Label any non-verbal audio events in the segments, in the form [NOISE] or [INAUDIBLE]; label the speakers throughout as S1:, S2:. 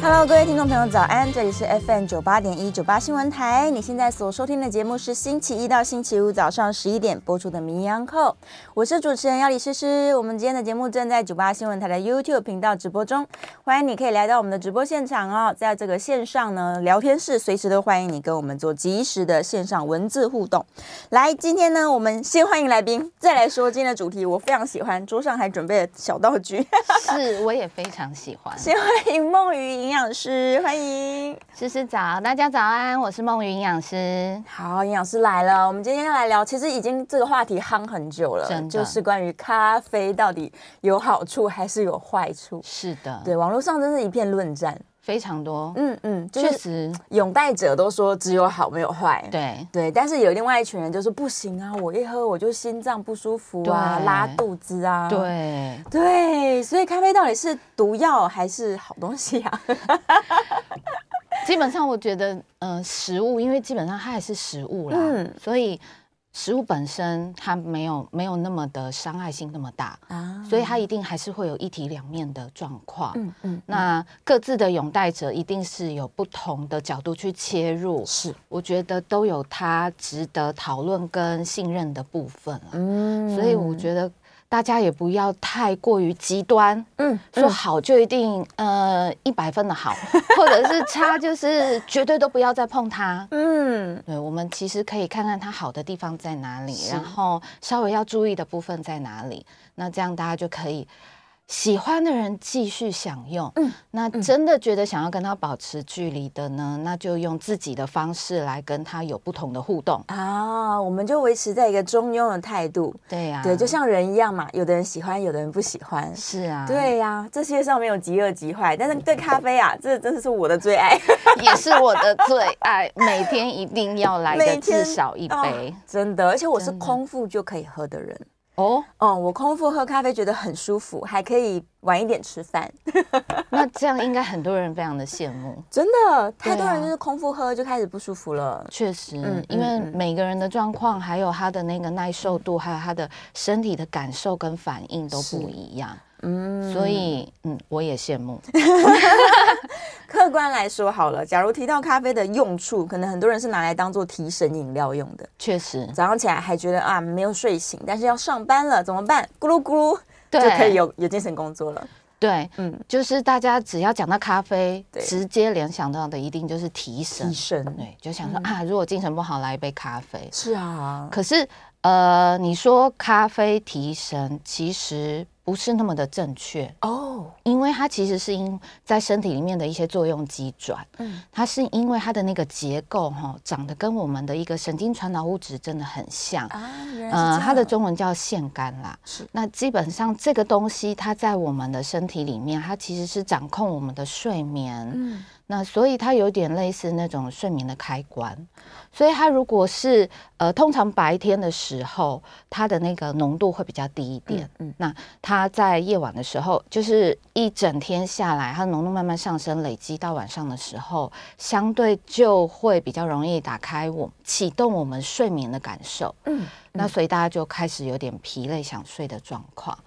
S1: Hello，各位听众朋友，早安！这里是 FM 九八点一九八新闻台，你现在所收听的节目是星期一到星期五早上十一点播出的《名医 Uncle》，我是主持人要李诗诗。我们今天的节目正在九八新闻台的 YouTube 频道直播中，欢迎你可以来到我们的直播现场哦，在这个线上呢聊天室，随时都欢迎你跟我们做及时的线上文字互动。来，今天呢，我们先欢迎来宾，再来说今天的主题，我非常喜欢，桌上还准备了小道具。
S2: [LAUGHS] 是，我也非常喜欢。
S1: 先欢迎梦瑜营养师，欢迎。
S2: 诗诗早，大家早安，我是梦云营养师。
S1: 好，营养师来了。我们今天要来聊，其实已经这个话题夯很久了，
S2: 真的
S1: 就是关于咖啡到底有好处还是有坏处。
S2: 是的，
S1: 对，网络上真是一片论战。
S2: 非常多，
S1: 嗯嗯，就
S2: 确
S1: 是
S2: 实，
S1: 拥戴者都说只有好没有坏。。
S2: 对，
S1: 对，但是有另外一群人就说不行啊，我一喝我就心脏不舒服啊，
S2: 对
S1: 拉肚子啊。
S2: 对，
S1: 对，所以咖啡到底是毒药还是好东西啊？ [LAUGHS]
S2: 基本上我觉得，呃，食物，因为基本上它还是食物啦，
S1: 嗯
S2: 所以食物本身它没有没有那么的伤害性那么大，
S1: 啊，
S2: 所以它一定还是会有一体两面的状况。
S1: 嗯嗯，
S2: 那各自的拥戴者一定是有不同的角度去切入，
S1: 是，
S2: 我觉得都有它值得讨论跟信任的部分啦。
S1: 嗯
S2: 所以我觉得大家也不要太过于极端，
S1: 嗯，
S2: 说好就一定呃一百分的好，或者是差就是绝对都不要再碰它。
S1: 嗯，
S2: 对，我们其实可以看看它好的地方在哪里，
S1: 是
S2: 然后稍微要注意的部分在哪里。那这样大家就可以喜欢的人继续享用。
S1: 嗯
S2: 那真的觉得想要跟他保持距离的呢，那就用自己的方式来跟他有不同的互动。
S1: 啊，我们就维持在一个中庸的态度，
S2: 对呀、
S1: 对，就像人一样嘛，有的人喜欢，有的人不喜欢。
S2: 嗯是啊，
S1: 对呀、这世界上没有极恶极坏，但是对咖啡啊，这真的是我的最爱，
S2: 也是我的最爱，每天一定要 [LAUGHS] 来
S1: 每
S2: 个
S1: 天
S2: 至少一杯
S1: 哦真的，而且我是
S2: 真的
S1: 空腹就可以喝的人。
S2: 哦。
S1: 哦、我空腹喝咖啡觉得很舒服，还可以晚一点吃饭，
S2: 那这样应该很多人非常的羡慕，
S1: 真的，太多
S2: 对啊
S1: 人就是空腹喝就开始不舒服了。
S2: 确实，
S1: 嗯
S2: 因为
S1: 嗯嗯
S2: 每个人的状况，还有他的那个耐受度，还有他的身体的感受跟反应都不一样，
S1: 嗯，
S2: 所以嗯，我也
S1: [LAUGHS]
S2: 羡慕。
S1: 客观来说好了，假如提到咖啡的用处，可能很多人是拿来当做提神饮料用的。
S2: 确实，
S1: 早上起来还觉得啊没有睡醒，但是要上班了怎么办？咕噜咕噜 [LAUGHS]
S2: 对
S1: 就可以有有精神工作了。
S2: 对，
S1: 嗯，
S2: 就是大家只要讲到咖啡
S1: 对，
S2: 直接联想到的一定就是提神
S1: 提，神嗯
S2: 对，就想说啊，如果精神不好，来一杯咖啡。
S1: 是啊，
S2: 可是，呃，你说咖啡提神，其实不是那么的正确，
S1: 哦，
S2: 因为它其实是因在身体里面的一些作用机转，
S1: 嗯
S2: 它是因为它的那个结构哈、长得跟我们的一个神经传导物质真的很像。
S1: 啊，原来是这
S2: 呃，
S1: 样
S2: 它的中文叫腺苷啦。
S1: 是
S2: 那基本上这个东西，它在我们的身体里面，它其实是掌控我们的睡眠。
S1: 嗯
S2: 那所以它有点类似那种睡眠的开关，所以它如果是呃，通常白天的时候，它的那个浓度会比较低一点。
S1: 嗯嗯
S2: 那它在夜晚的时候，就是一整天下来，它的浓度慢慢上升，累积到晚上的时候，相对就会比较容易打开我启动我们睡眠的感受。
S1: 嗯
S2: 那所以大家就开始有点疲累、想睡的状况。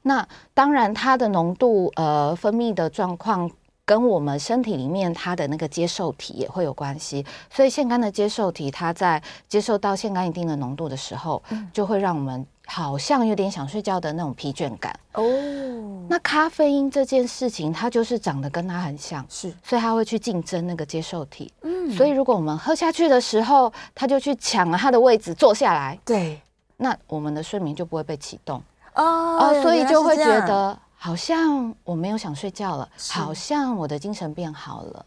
S2: 那当然，它的浓度呃分泌的状况跟我们身体里面它的那个接受体也会有关系。所以腺苷的接受体，它在接受到腺苷一定的浓度的时候，就会让我们好像有点想睡觉的那种疲倦感。
S1: 哦，
S2: 嗯那咖啡因这件事情，它就是长得跟它很像。
S1: 是
S2: 所以它会去竞争那个接受体，
S1: 嗯
S2: 所以如果我们喝下去的时候，它就去抢了它的位置坐下来，
S1: 对
S2: 那我们的睡眠就不会被启动
S1: 哦
S2: 哦，所以就会觉
S1: 原来是这样
S2: 得好像我没有想睡觉了，
S1: 是
S2: 好像我的精神变好了，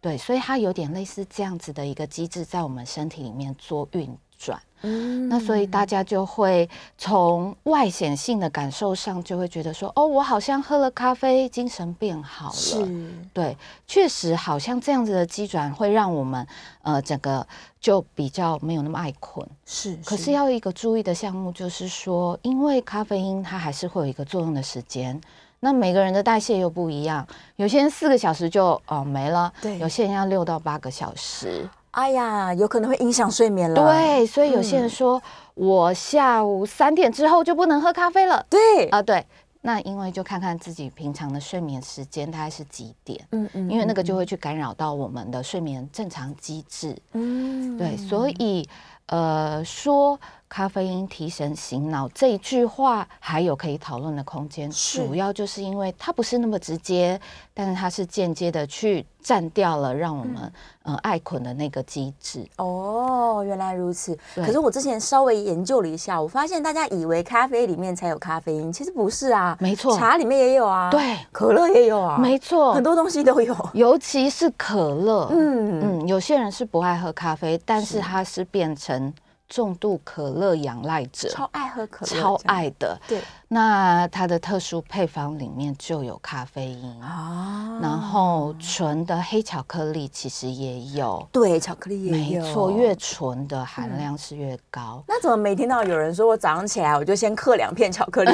S2: 对，所以它有点类似这样子的一个机制，在我们身体里面做运转。
S1: 嗯
S2: 那所以大家就会从外显性的感受上，就会觉得说，哦，我好像喝了咖啡，精神变好了。
S1: 是
S2: 对，确实好像这样子的机转会让我们呃整个就比较没有那么爱困。
S1: 是，
S2: 可是要一个注意的项目就是说，因为咖啡因它还是会有一个作用的时间。那每个人的代谢又不一样，有些人四个小时就哦、呃没了，
S1: 对
S2: 有些人要六到八个小时。
S1: 哎呀，有可能会影响睡眠了。
S2: 对，所以有
S1: 嗯
S2: 些人说、我下午三点之后就不能喝咖啡了
S1: 对，
S2: 啊、对，那因为就看看自己平常的睡眠时间大概是几点，
S1: 嗯嗯
S2: 因为那个就会去干扰到我们的睡眠正常机制。
S1: 嗯
S2: 对，所以呃，说咖啡因提神醒脑这一句话还有可以讨论的空间，
S1: 是
S2: 主要就是因为它不是那么直接，但是它是间接的去占掉了让我们、呃
S1: 嗯
S2: 爱困的那个机制。
S1: 哦，原来如此。
S2: 对
S1: 可是我之前稍微研究了一下，我发现大家以为咖啡里面才有咖啡因，其实不是啊，
S2: 没错
S1: 茶里面也有啊，，
S2: 对，
S1: 可乐也有啊，
S2: 没错，
S1: 很多东西都有。
S2: 尤其是可乐，嗯
S1: 嗯，
S2: 嗯，有些人是不爱喝咖啡，但是他是变成重度可乐仰赖者，
S1: 超爱喝可乐，
S2: 超，爱的。
S1: 对
S2: 那它的特殊配方里面就有咖啡因，
S1: 啊
S2: 然后纯的黑巧克力其实也有，
S1: 对，巧克力也
S2: 没
S1: 有，嗯，
S2: 错，越纯的含量是越高
S1: 那怎么没听到有人说我早上起来我就先嗑两片巧克
S2: [LAUGHS]
S1: 力？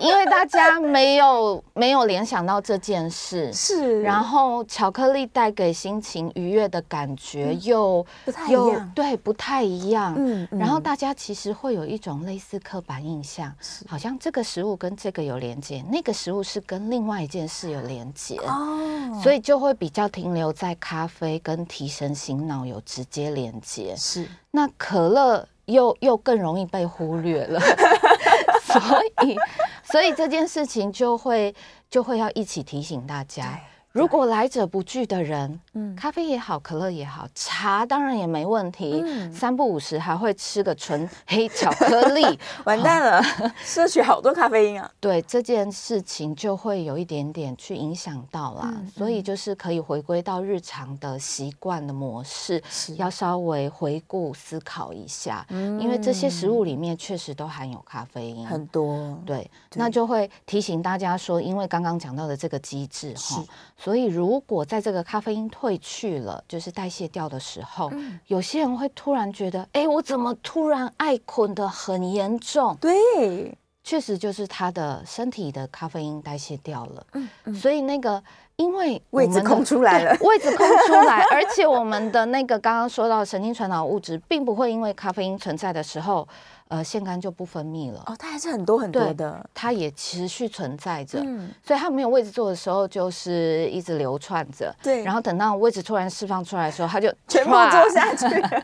S2: 因为大家没有没有联想到这件事。
S1: 是，
S2: 然后巧克力带给心情愉悦的感觉又
S1: 嗯不太一
S2: 又
S1: 样
S2: 对不太一样，
S1: 嗯
S2: 然后
S1: 嗯
S2: 大家其实会有一种类似刻板印象，好像这个食物跟这个有连接，那个食物是跟另外一件事有连接，
S1: 哦，
S2: 所以就会比较停留在咖啡跟提神醒脑有直接连接。
S1: 是
S2: 那可乐又又更容易被忽略了， [LAUGHS] 所以所以这件事情就会就会要一起提醒大家。如果来者不拒的人，
S1: 嗯
S2: 咖啡也好，可乐也好，茶当然也没问题。
S1: 嗯
S2: 三不五时还会吃个纯黑巧克
S1: [LAUGHS]
S2: 力，哦
S1: 完蛋了，摄取好多咖啡因啊，
S2: 对这件事情就会有一点点去影响到啦。
S1: 嗯
S2: 所以就是可以回归到日常的习惯的模式，
S1: 是
S2: 要稍微回顾思考一下，因为这些食物里面确实都含有咖啡因。
S1: 嗯很多，
S2: 对，那就会提醒大家说，因为刚刚讲到的这个机制哈
S1: 是，
S2: 所以如果在这个咖啡因褪去了，就是代谢掉的时候，
S1: 嗯
S2: 有些人会突然觉得，哎，我怎么突然爱困的很严重？
S1: 对，
S2: 确实就是他的身体的咖啡因代谢掉了，
S1: 嗯嗯
S2: 所以那个因为我
S1: 位置
S2: 们的
S1: 空出来了
S2: 对位置空出
S1: [LAUGHS]
S2: 来，而且我们的那个刚刚说到的神经传导物质，并不会因为咖啡因存在的时候，呃，腺苷就不分泌了。
S1: 哦，它还是很多很多
S2: 对
S1: 的，
S2: 它也持续存在着，
S1: 嗯，
S2: 所以它没有位置坐的时候，就是一直流窜着。
S1: 对
S2: 然后等到位置突然释放出来的时候，它就
S1: 全部
S2: 唰
S1: 做，下 [LAUGHS] 去，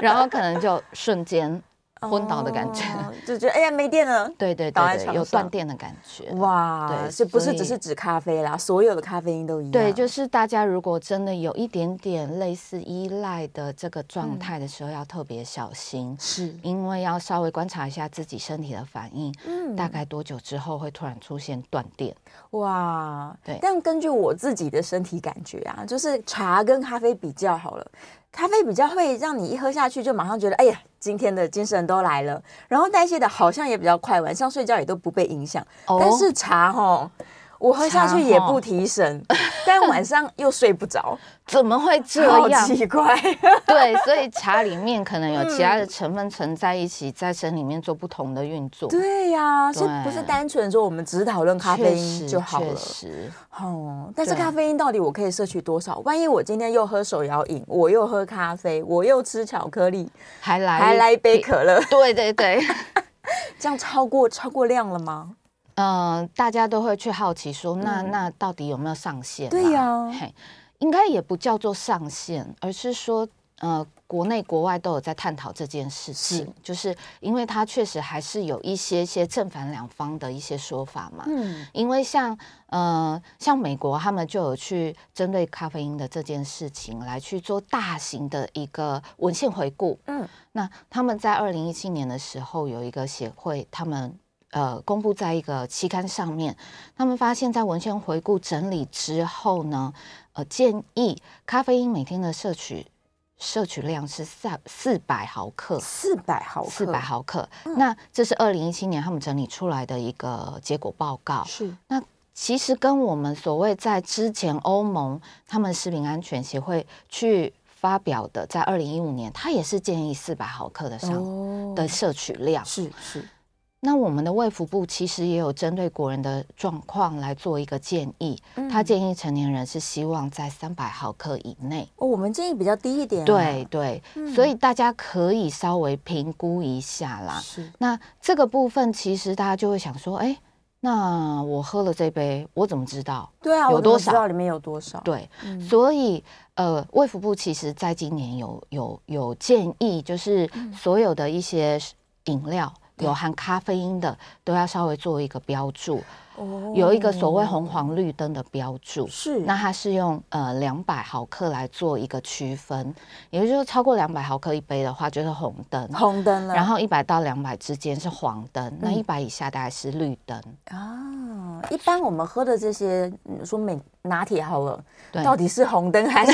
S2: 然后可能就瞬间 [LAUGHS] 昏倒的感觉。
S1: 哦，就觉得哎呀没电了。
S2: 对对
S1: 倒在
S2: 对
S1: 床
S2: 对，有
S1: 上
S2: 断电的感觉。
S1: 哇，
S2: 对
S1: 是不是
S2: 所以
S1: 只是指咖啡啦？所有的咖啡因都一样。
S2: 对，就是大家如果真的有一点点类似依赖的这个状态的时候，要特别小心，
S1: 是，
S2: 因为要稍微观察一下自己身体的反应，
S1: 嗯
S2: 大概多久之后会突然出现断电。
S1: 哇，
S2: 对
S1: 但根据我自己的身体感觉啊，就是茶跟咖啡比较好了，咖啡比较会让你一喝下去就马上觉得，哎呀，今天的精神都来了，然后代谢的好像也比较快，晚上睡觉也都不被影响。
S2: 哦
S1: 但是茶吼，我喝下去也
S2: 茶吼
S1: 不提神， [LAUGHS] 但晚上又睡不着，
S2: [LAUGHS] 怎么会这
S1: 好
S2: 样？
S1: 奇怪。
S2: [LAUGHS]
S1: [LAUGHS]
S2: 对，所以茶里面可能有其他的成分存在一起，在身里面做不同的运作。
S1: 对呀、所以
S2: 对
S1: 不是单纯说我们只讨论咖啡
S2: 确
S1: 因
S2: 实，
S1: 就好
S2: 确
S1: 了。
S2: 实，
S1: 哦，但是
S2: 对啊
S1: 咖啡因到底我可以摄取多少？万一我今天又喝手摇饮，我又喝咖啡，我又吃巧克力，
S2: 还来
S1: 还来一杯可乐，
S2: 对对对。
S1: [LAUGHS]
S2: [LAUGHS]
S1: 这样超过超过量了吗？
S2: 嗯、大家都会去好奇说，那那到底有没有上限
S1: 嗯
S2: 啊啦？
S1: 对啊呀
S2: 嘿，应该也不叫做上限，而是说，呃，国内国外都有在探讨这件事情，
S1: 是
S2: 就是因为它确实还是有一些些正反两方的一些说法嘛。
S1: 嗯，
S2: 因为像呃，像美国他们就有去针对咖啡因的这件事情来去做大型的一个文献回顾。
S1: 嗯，
S2: 那他们在二零一七年的时候有一个协会，他们呃公布在一个期刊上面，他们发现，在文献回顾整理之后呢，呃，建议咖啡因每天的摄取摄取量是三四百毫克。
S1: 四百毫克，
S2: 嗯
S1: 嗯
S2: 四百毫克，那这是二零一七年他们整理出来的一个结果报告。
S1: 是
S2: 其实跟我们所谓在之前欧盟他们食品安全协会去发表的，在二零一五年，它也是建议四百毫克的上、
S1: 哦
S2: 的摄取量。
S1: 是是
S2: 那我们的卫福部其实也有针对国人的状况来做一个建议，
S1: 嗯
S2: 他建议成年人是希望在三百毫克以内。
S1: 哦，我们建议比较低一点啊，
S2: 对对，
S1: 嗯
S2: 所以大家可以稍微评估一下啦。
S1: 是
S2: 那这个部分其实大家就会想说，哎，那我喝了这杯，我怎么知道？
S1: 对啊，
S2: 有
S1: 我怎么
S2: 多少
S1: 知道里面有多少？
S2: 对，
S1: 嗯
S2: 所以呃，卫福部其实在今年有有有建议，就是
S1: 嗯
S2: 所有的一些饮料。有含咖啡因的都要稍微做一个标注，
S1: 哦
S2: 有一个所谓红黄绿灯的标注。
S1: 是
S2: 那它是用呃两百毫克来做一个区分，也就是说超过两百毫克一杯的话就是红灯，
S1: 红灯嗯了，
S2: 然后一百到两百之间是黄灯，那一百以下大概是绿灯。
S1: 啊，一般我们喝的这些，嗯说美拿铁好了，
S2: 对，
S1: 到底是红灯还
S2: [LAUGHS]
S1: 是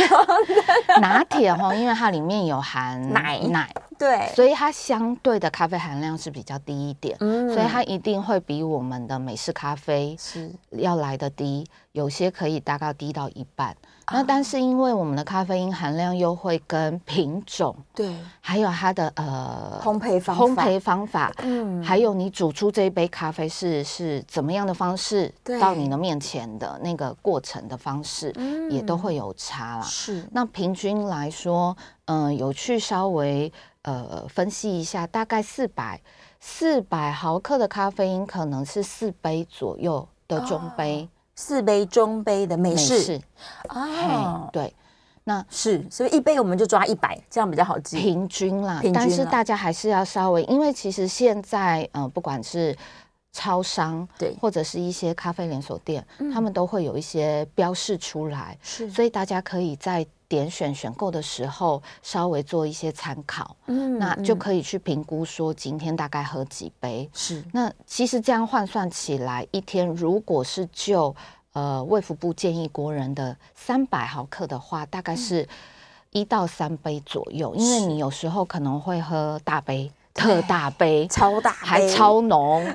S2: 拿铁哈，因为它里面有含
S1: 奶
S2: 奶，
S1: 对？
S2: 所以它相对的咖啡含量是比较低一点，
S1: 嗯
S2: 所以它一定会比我们的美式咖啡
S1: 是
S2: 要来的低，有些可以大概低到一半。那
S1: 哦
S2: 但是因为我们的咖啡因含量又会跟品种，
S1: 对
S2: 还有它的呃
S1: 烘焙方
S2: 烘
S1: 法
S2: 焙方法，
S1: 嗯
S2: 还有你煮出这一杯咖啡是是怎么样的方式
S1: 对嗯
S2: 到你的面前的那个过程的方式，也都会有差啦。
S1: 是
S2: 那平均来说，嗯、有去稍微呃分析一下，大概四百四百毫克的咖啡因可能是四杯左右的中杯
S1: 四杯中杯的哦美
S2: 美
S1: 式
S2: 式，嘿
S1: 啊，
S2: 对，那
S1: 是，所以一杯我们就抓一百，这样比较好记。
S2: 平均啦，
S1: 平均
S2: 但是
S1: 啦
S2: 大家还是要稍微，因为其实现在呃，不管是超商
S1: 对嗯
S2: 或者是一些咖啡连锁店，他们都会有一些标示出来，
S1: 是
S2: 所以大家可以在点选选购的时候稍微做一些参考。
S1: 嗯
S2: 那就
S1: 嗯
S2: 可以去评估说今天大概喝几杯。
S1: 是
S2: 那其实这样换算起来，一天如果是就呃卫福部建议国人的三百毫克的话，大概是一到三杯左右，因为
S1: 嗯是
S2: 你有时候可能会喝大杯、特大杯。 [LAUGHS]
S1: 超大杯，
S2: 还超浓，
S1: [LAUGHS]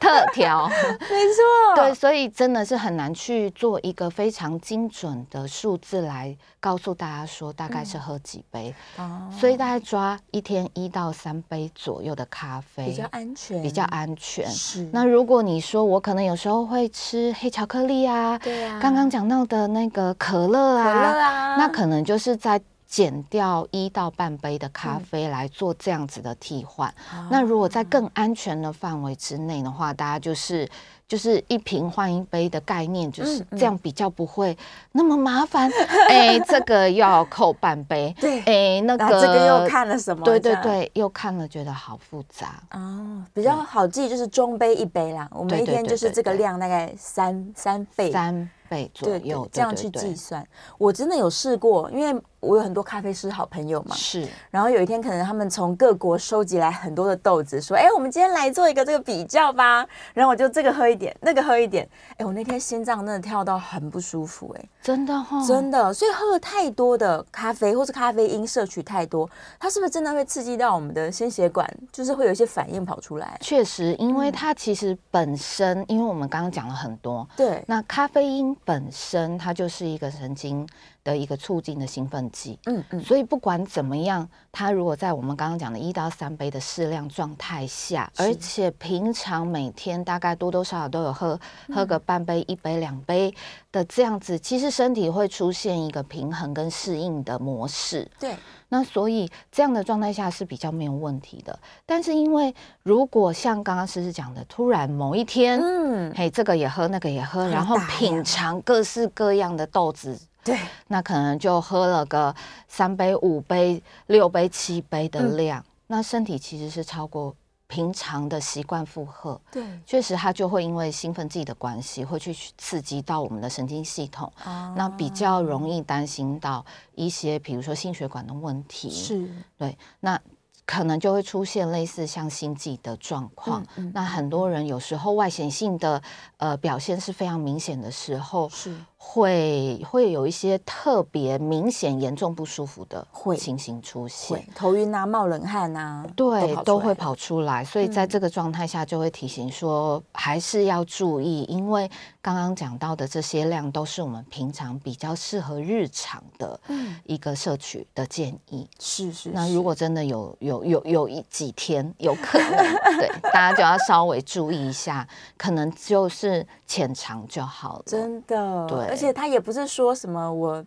S2: 特调，
S1: 没错，
S2: 对，所以真的是很难去做一个非常精准的数字来告诉大家说大概是
S1: 嗯
S2: 喝几杯。
S1: 哦
S2: 所以大概抓一天一到三杯左右的咖啡，
S1: 比较安全，
S2: 比较安全。
S1: 是
S2: 那如果你说我可能有时候会吃黑巧克力啊，
S1: 对啊
S2: 刚刚讲到的那个可乐
S1: 可
S2: 啊，
S1: 乐啊，
S2: 那可能就是在减掉一到半杯的咖
S1: 嗯
S2: 啡来做这样子的替换。
S1: 哦
S2: 那如果在更安全的范围之内的话，大家就是就是一瓶换一杯的概念，就是
S1: 嗯嗯
S2: 这样比较不会那么麻烦。哎、这个又要扣半杯，
S1: [LAUGHS] 对
S2: 哎、那
S1: 那
S2: 个
S1: 这个又看了什么？
S2: 对对
S1: 这样
S2: 对，又看了觉得好复杂。
S1: 哦，比较好记就是中杯一杯啦，我们
S2: 对
S1: 一
S2: 对
S1: 天
S2: 对
S1: 就是
S2: 对
S1: 这个
S2: 对
S1: 量大概三三倍。
S2: 三倍左
S1: 对对
S2: 右，
S1: 这样去计算，我真的有试过，因为我有很多咖啡师好朋友嘛，
S2: 是
S1: 然后有一天可能他们从各国收集来很多的豆子，说，哎，我们今天来做一个这个比较吧，然后我就这个喝一点，那个喝一点，哎，我那天心脏真的跳到很不舒服、哎、
S2: 真的哈、
S1: 真的，所以喝了太多的咖啡或是咖啡因摄取太多，它是不是真的会刺激到我们的心血管，就是会有一些反应跑出来？
S2: 确实，因
S1: 嗯
S2: 为它其实本身，因为我们刚刚讲了很多，
S1: 对，
S2: 那咖啡因本身它就是一个神经的一个促进的兴奋剂，
S1: 嗯嗯，
S2: 所以不管怎么样，它如果在我们刚刚讲的一到三杯的适量状态下，
S1: 是
S2: 而且平常每天大概多多少少都有喝喝
S1: 嗯
S2: 个半杯、一杯、两杯的这样子，其实身体会出现一个平衡跟适应的模式。
S1: 对，
S2: 那所以这样的状态下是比较没有问题的。但是因为如果像刚刚诗诗讲的，突然某一天，
S1: 嗯，
S2: 嘿，这个也喝，那个也喝，
S1: 很
S2: 然后
S1: 大
S2: 品
S1: 量
S2: 尝各式各样的豆子，
S1: 对，
S2: 那可能就喝了个三杯、五杯、六杯、七杯的
S1: 嗯
S2: 量，那身体其实是超过平常的习惯负荷。
S1: 对，
S2: 确实，它就会因为兴奋剂的关系，会去刺激到我们的神经系统，
S1: 啊
S2: 那比较容易担心到一些，比如说心血管的问题。
S1: 是
S2: 对，那可能就会出现类似像心悸的状况。
S1: 嗯嗯
S2: 那很多人有时候外显性的呃表现是非常明显的时候，
S1: 是
S2: 会会有一些特别明显、严重不舒服的
S1: 会
S2: 情形出
S1: 会
S2: 现。
S1: 头晕啊、冒冷汗啊，
S2: 对，
S1: 跑
S2: 都
S1: 出来嗯
S2: 会
S1: 了。
S2: 跑出来，所以在这个状态下就会提醒说，还是要注意，因为刚刚讲到的这些量都是我们平常比较适合日常的
S1: 嗯
S2: 一个摄取的建议。
S1: 是是。
S2: 那
S1: 是
S2: 如果真的有有有有一几天有可能，对大家就要稍微注意一下，可能就是浅尝就好了。
S1: 真的，
S2: 对
S1: 而且他也不是说什么我，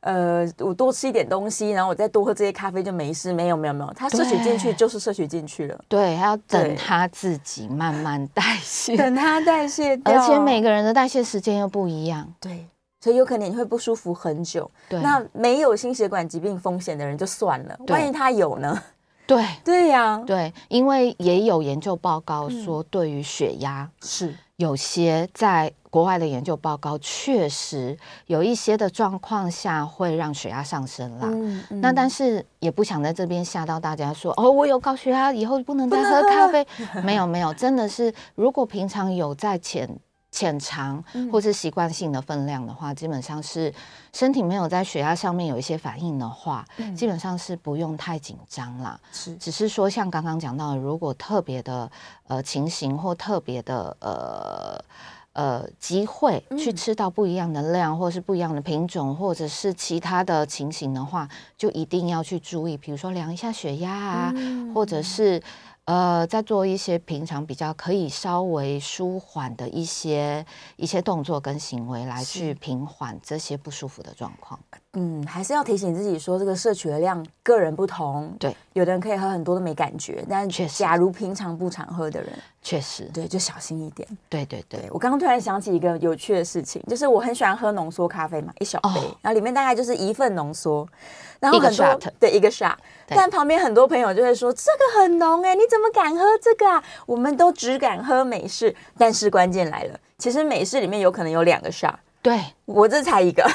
S1: 呃，我多吃一点东西，然后我再多喝这些咖啡就没事，没有没有没有，他摄取进去
S2: 对
S1: 就是摄取进去了，
S2: 对，还要
S1: 对
S2: 等它自己慢慢代谢，
S1: 等它代谢掉，
S2: [LAUGHS] 而且每个人的代谢时间又不一样。
S1: 对。所以有可能你会不舒服很久。
S2: 对，
S1: 那没有心血管疾病风险的人就算了，
S2: 对
S1: 万一他有呢？ [LAUGHS]
S2: 对
S1: 对呀、
S2: 对，因为也有研究报告
S1: 嗯
S2: 说，对于血压，
S1: 是
S2: 有些在国外的研究报告确实有一些的状况下会让血压上升啦。
S1: 嗯，嗯
S2: 那但是也不想在这边吓到大家说哦，我有高血压，以后不能再
S1: 能
S2: 喝
S1: 喝
S2: 咖
S1: 了
S2: 啡。没有没有，真的是如果平常有在浅浅尝
S1: 嗯
S2: 或是习惯性的分量的话，基本上是身体没有在血压上面有一些反应的话，
S1: 嗯
S2: 基本上是不用太紧张啦。
S1: 是
S2: 只是说，像刚刚讲到的，如果特别的呃情形或特别的呃呃机会去吃到不一样的量，或是不一样的品种，或者是其他的情形的话，就一定要去注意，比如说量一下血压啊，
S1: 嗯
S2: 或者是呃在做一些平常比较可以稍微舒缓的一些一些动作跟行为来去平缓这些不舒服的状况。
S1: 嗯，还是要提醒自己说，这个摄取的量个人不同。
S2: 对，
S1: 有的人可以喝很多都没感觉，但
S2: 确实
S1: 假如平常不常喝的人，
S2: 确实，
S1: 对，就小心一点。
S2: 对对对
S1: 对，我刚刚突然想起一个有趣的事情，就是我很喜欢喝浓缩咖啡嘛，一小杯，
S2: 哦
S1: 然后里面大概就是一份浓缩，然后
S2: 一个
S1: 很多
S2: shot
S1: 对一个 shot，
S2: 对
S1: 但旁边很多朋友就会说这个很浓哎、你怎么敢喝这个啊？我们都只敢喝美式，但是关键来了，其实美式里面有可能有两个 shot，
S2: 对。
S1: 我这才一个，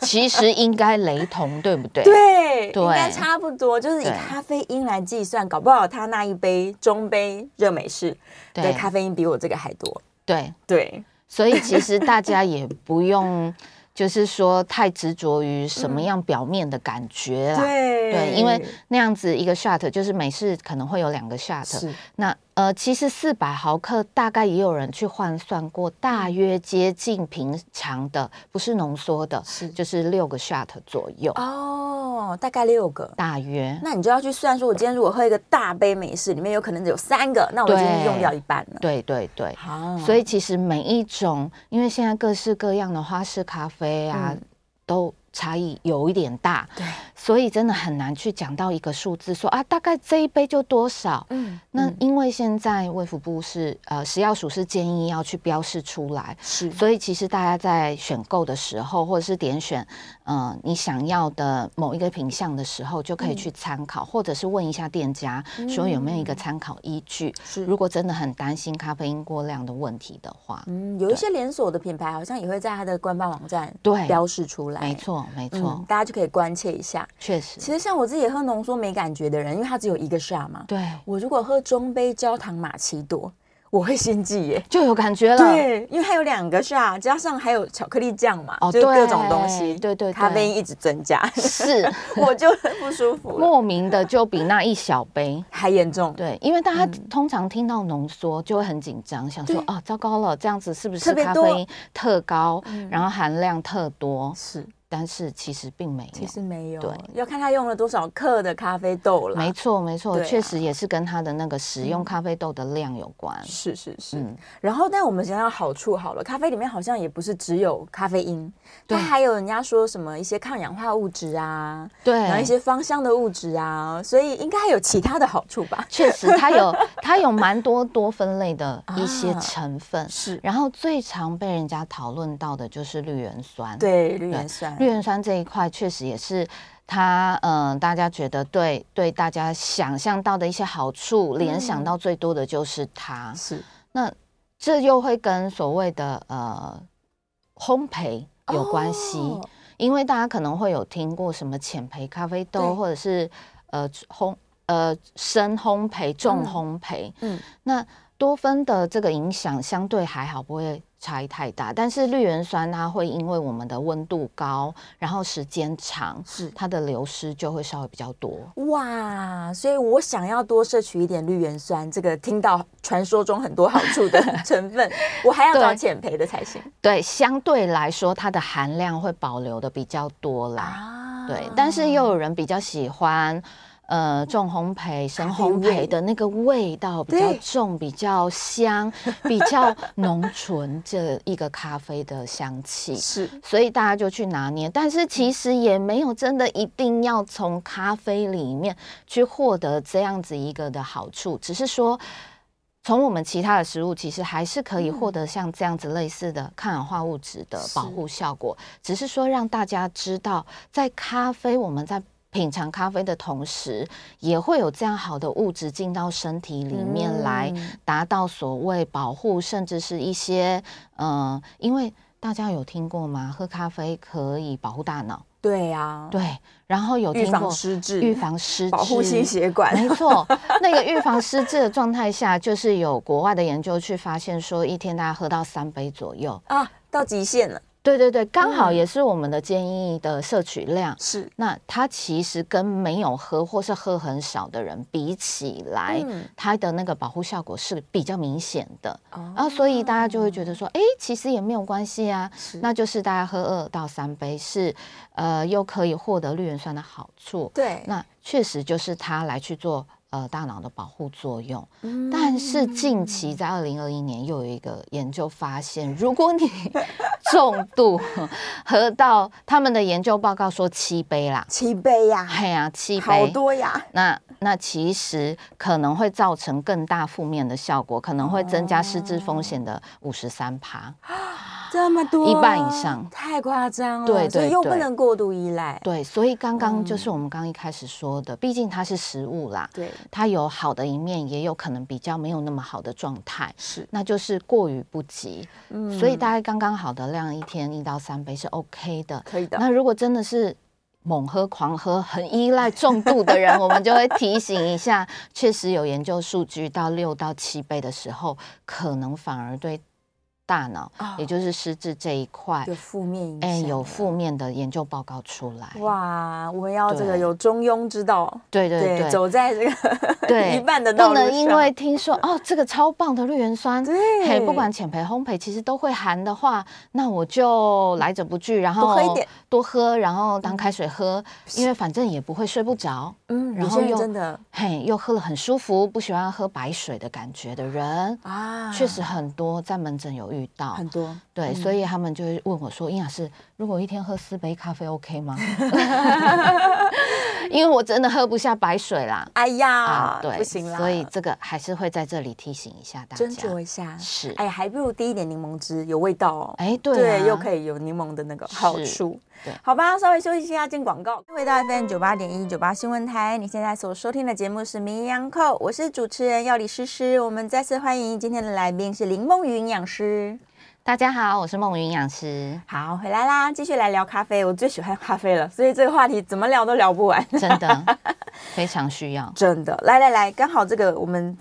S2: 其实应该雷同，对不对？
S1: [LAUGHS] 对，
S2: 对
S1: 应该差不多，就是以
S2: 对
S1: 咖啡因来计算，搞不好他那一杯中杯热美式
S2: 对
S1: 的咖啡因比我这个还多，
S2: 对
S1: 对，
S2: 所以其实大家也不用，就是说太执着于什么样表面的感觉啦。
S1: 嗯对
S2: 对，因为那样子一个 shot 就是美式可能会有两个 shot，
S1: 是。
S2: 那呃，其实四百毫克大概也有人去换算过，
S1: 嗯
S2: 大约接近平常的，不是浓缩的，
S1: 是
S2: 就是六个 shot 左右，
S1: 哦，大概六个。
S2: 大约。
S1: 那你就要去算，说我今天如果喝一个大杯美式，里面有可能只有三个，那我今天
S2: 对
S1: 用掉一半了。
S2: 对对对，
S1: 啊
S2: 所以其实每一种，因为现在各式各样的花式咖啡啊，
S1: 嗯
S2: 都差异有一点大，
S1: 对，
S2: 所以真的很难去讲到一个数字说啊，大概这一杯就多少。
S1: 嗯，
S2: 那因为现在卫福部是呃食药署是建议要去标示出来，
S1: 是
S2: 所以其实大家在选购的时候，或者是点选，嗯、你想要的某一个品相的时候，就
S1: 嗯
S2: 可以去参考，或者是问一下店家，说有没有一个参考依据。
S1: 是
S2: 如果真的很担心咖啡因过量的问题的话，
S1: 嗯，有一些连锁的品牌好像也会在它的官方网站
S2: 对
S1: 标示出来，
S2: 没。错，没错，
S1: 嗯，大家就可以关切一下。
S2: 确实，
S1: 其实像我自己喝浓缩没感觉的人，因为它只有一个 shot 嘛。
S2: 对，
S1: 我如果喝中杯焦糖玛奇朵，我会心悸
S2: [LAUGHS]
S1: 耶。
S2: 就有感觉了。
S1: 对，因为它有两个 shot，加上还有巧克力酱嘛，
S2: 嗯哦
S1: 就是各
S2: 对
S1: 种东西，
S2: 对对对
S1: 咖啡因一直增加，
S2: 是
S1: [LAUGHS] 我就很不舒服
S2: [LAUGHS]
S1: 了，
S2: 莫名的就比那一小杯。
S1: 还严重。
S2: 对，因为大家通常听到浓缩就会很紧张，想说
S1: 嗯对
S2: 哦，糟糕了，这样子是不是
S1: 特别
S2: 咖
S1: 多嗯
S2: 啡因特高，然后含量特多？
S1: 是，
S2: 但是其实并没
S1: 其
S2: 有。
S1: 实没有，
S2: 对
S1: 要看他用了多少克的咖啡豆了。
S2: 没错，没错，
S1: 对啊嗯
S2: 确实也是跟它的那个使用咖啡豆的量有关。
S1: 是是是。
S2: 嗯
S1: 然后，但我们想想好处好了，咖啡里面好像也不是只有咖啡因，它
S2: 对
S1: 还有人家说什么一些抗氧化物质啊，然后一
S2: 对，
S1: 些芳香的物质啊，所以应该还有其他的好处吧？
S2: 确实
S1: [LAUGHS]
S2: 它有它有蛮多多分类的一些
S1: 啊
S2: 成分，
S1: 是，
S2: 然后最常被人家讨论到的就是绿原酸。，
S1: 对，绿原酸，
S2: 绿原酸这一块确实也是它，嗯、大家觉得对对大家想象到的一些好处，联
S1: 嗯
S2: 想到最多的就是它。
S1: 是
S2: 那这又会跟所谓的呃烘焙有关系。
S1: 哦
S2: 因为大家可能会有听过什么浅焙咖啡
S1: 对
S2: 豆，或者是呃烘呃深烘焙、重烘焙，
S1: 嗯
S2: 那多酚的这个影响相对还好，不会差异太大。但是绿原酸它会因为我们的温度高，然后时间长，
S1: 是
S2: 它的流失就会稍微比较多。
S1: 哇，所以我想要多摄取一点绿原酸，这个听到传说中很多好处的 [LAUGHS] 成分，我还要找
S2: 对
S1: 浅培的才行
S2: 对，相对来说它的含量会保留的比较多啦。
S1: 啊
S2: 对，但是又有人比较喜欢。呃，重烘焙、深
S1: 咖啡
S2: 烘
S1: 味
S2: 焙的那个味道比较
S1: 对
S2: 重、比较香、比较浓醇，这一个咖啡的香气。
S1: 是
S2: 所以大家就去拿捏。但是其实也没有真的一定要从咖啡里面去获得这样子一个的好处，只是说。从我们其他的食物，其实还是可以获得像这样子类似的抗氧化物质的保护效果，只是说让大家知道，在咖啡我们在品尝咖啡的同时，也会有这样好的物质进到身体里面
S1: 嗯
S2: 来，达到所谓保护，甚至是一些嗯，因为大家有听过吗？喝咖啡可以保护大脑，
S1: 对啊，
S2: 对。然后有
S1: 预
S2: 听
S1: 防
S2: 过
S1: 失智，
S2: 预防失智，
S1: 保护心血管，
S2: 没错，那个预防失智的状态下，就是有国外的研究去发现说，一天大家喝到三杯左右。
S1: 啊，到极限了，
S2: 对对对，刚好
S1: 嗯
S2: 也是我们的建议的摄取量。
S1: 是
S2: 那它其实跟没有喝或是喝很少的人比起来，
S1: 嗯
S2: 它的那个保护效果是比较明显的。
S1: 哦
S2: 然后所以大家就会觉得说，哎、其实也没有关系啊。
S1: 是
S2: 那就是大家喝二到三杯是，呃，又可以获得绿原酸的好处。
S1: 对，
S2: 那确实就是它来去做呃大脑的保护作用。
S1: 嗯
S2: 但是近期在二零二一年又有一个研究发现，如果
S1: [LAUGHS]
S2: 你重度喝到他们的研究报告说七
S1: [LAUGHS]
S2: 杯啦，
S1: 七杯呀，
S2: 哎呀七
S1: 好
S2: 杯。
S1: 多呀，
S2: 那那其实可能会造成更大负面的效果，可能会增加失智风险的五十三趴。
S1: 这么多，
S2: 一半以上
S1: 太夸张了，
S2: 对
S1: 所以
S2: 对
S1: 又不
S2: 对
S1: 能过度依赖，
S2: 对，所以刚刚就是我们刚一开始说的，毕竟它是食物啦，
S1: 对，
S2: 它有好的一面，也有可能比较没有那么好的状态，
S1: 是，
S2: 那就是过于不及。
S1: 嗯
S2: 所以大概刚刚好的量，一天一到三杯是 OK 的。
S1: 可以的，
S2: 那如果真的是猛喝、狂喝、很依赖重度的人，我们就会提醒一下， [LAUGHS] 确实有研究数据，到六到七杯的时候，可能反而对大脑，
S1: 哦
S2: 也就是失智这一块，
S1: 有负面影响
S2: 哎、
S1: 了，
S2: 有负面的研究报告出来。
S1: 哇，我们要这个
S2: 对
S1: 有中庸之道，
S2: 对对对，
S1: 走在这个 [LAUGHS]
S2: 对
S1: 一半的道
S2: 不
S1: 路上，
S2: 能因为听说哦，这个超棒的绿原酸，
S1: 对
S2: 嘿，不管浅焙、烘焙，其实都会含的话，那我就来者不拒，然后
S1: 多喝一点，
S2: 多喝然后当开水喝，因为反正也不会睡不着，
S1: 嗯，
S2: 然
S1: 有
S2: 后
S1: 些人
S2: 又
S1: 真的
S2: 嘿，又喝了很舒服，不喜欢喝白水的感觉的人，
S1: 啊，
S2: 确实很多在门诊有遇到
S1: 很，嗯多，
S2: 对，所以他们就会问我说：“营养师，如果一天喝四杯咖啡 OK 吗？”
S1: [LAUGHS]
S2: [LAUGHS] 因为我真的喝不下白水啦。
S1: 哎呀
S2: 啊，，对，
S1: 不行啦，
S2: 所以这个还是会在这里提醒一下大家。
S1: 斟酌一下，
S2: 是，
S1: 哎，还不如滴一点柠檬汁，有味道哦。
S2: 哎，对啊，
S1: 又可以有柠檬的那个好
S2: 是
S1: 处
S2: 对。
S1: 好吧，稍微休息一下，进广告。回到 FM 九八点一九八新闻台，你现在所收听的节目是《名医央叩》，我是主持人药理诗诗。我们再次欢迎今天的来宾是林梦云营养师。
S2: 大家好，我是梦云营养师，
S1: 好，回来啦，继续来聊咖啡。我最喜欢咖啡了，所以这个话题怎么聊都聊不完，
S2: 真
S1: [LAUGHS]
S2: 的非常需要。
S1: 真的。来来来，刚好这个我们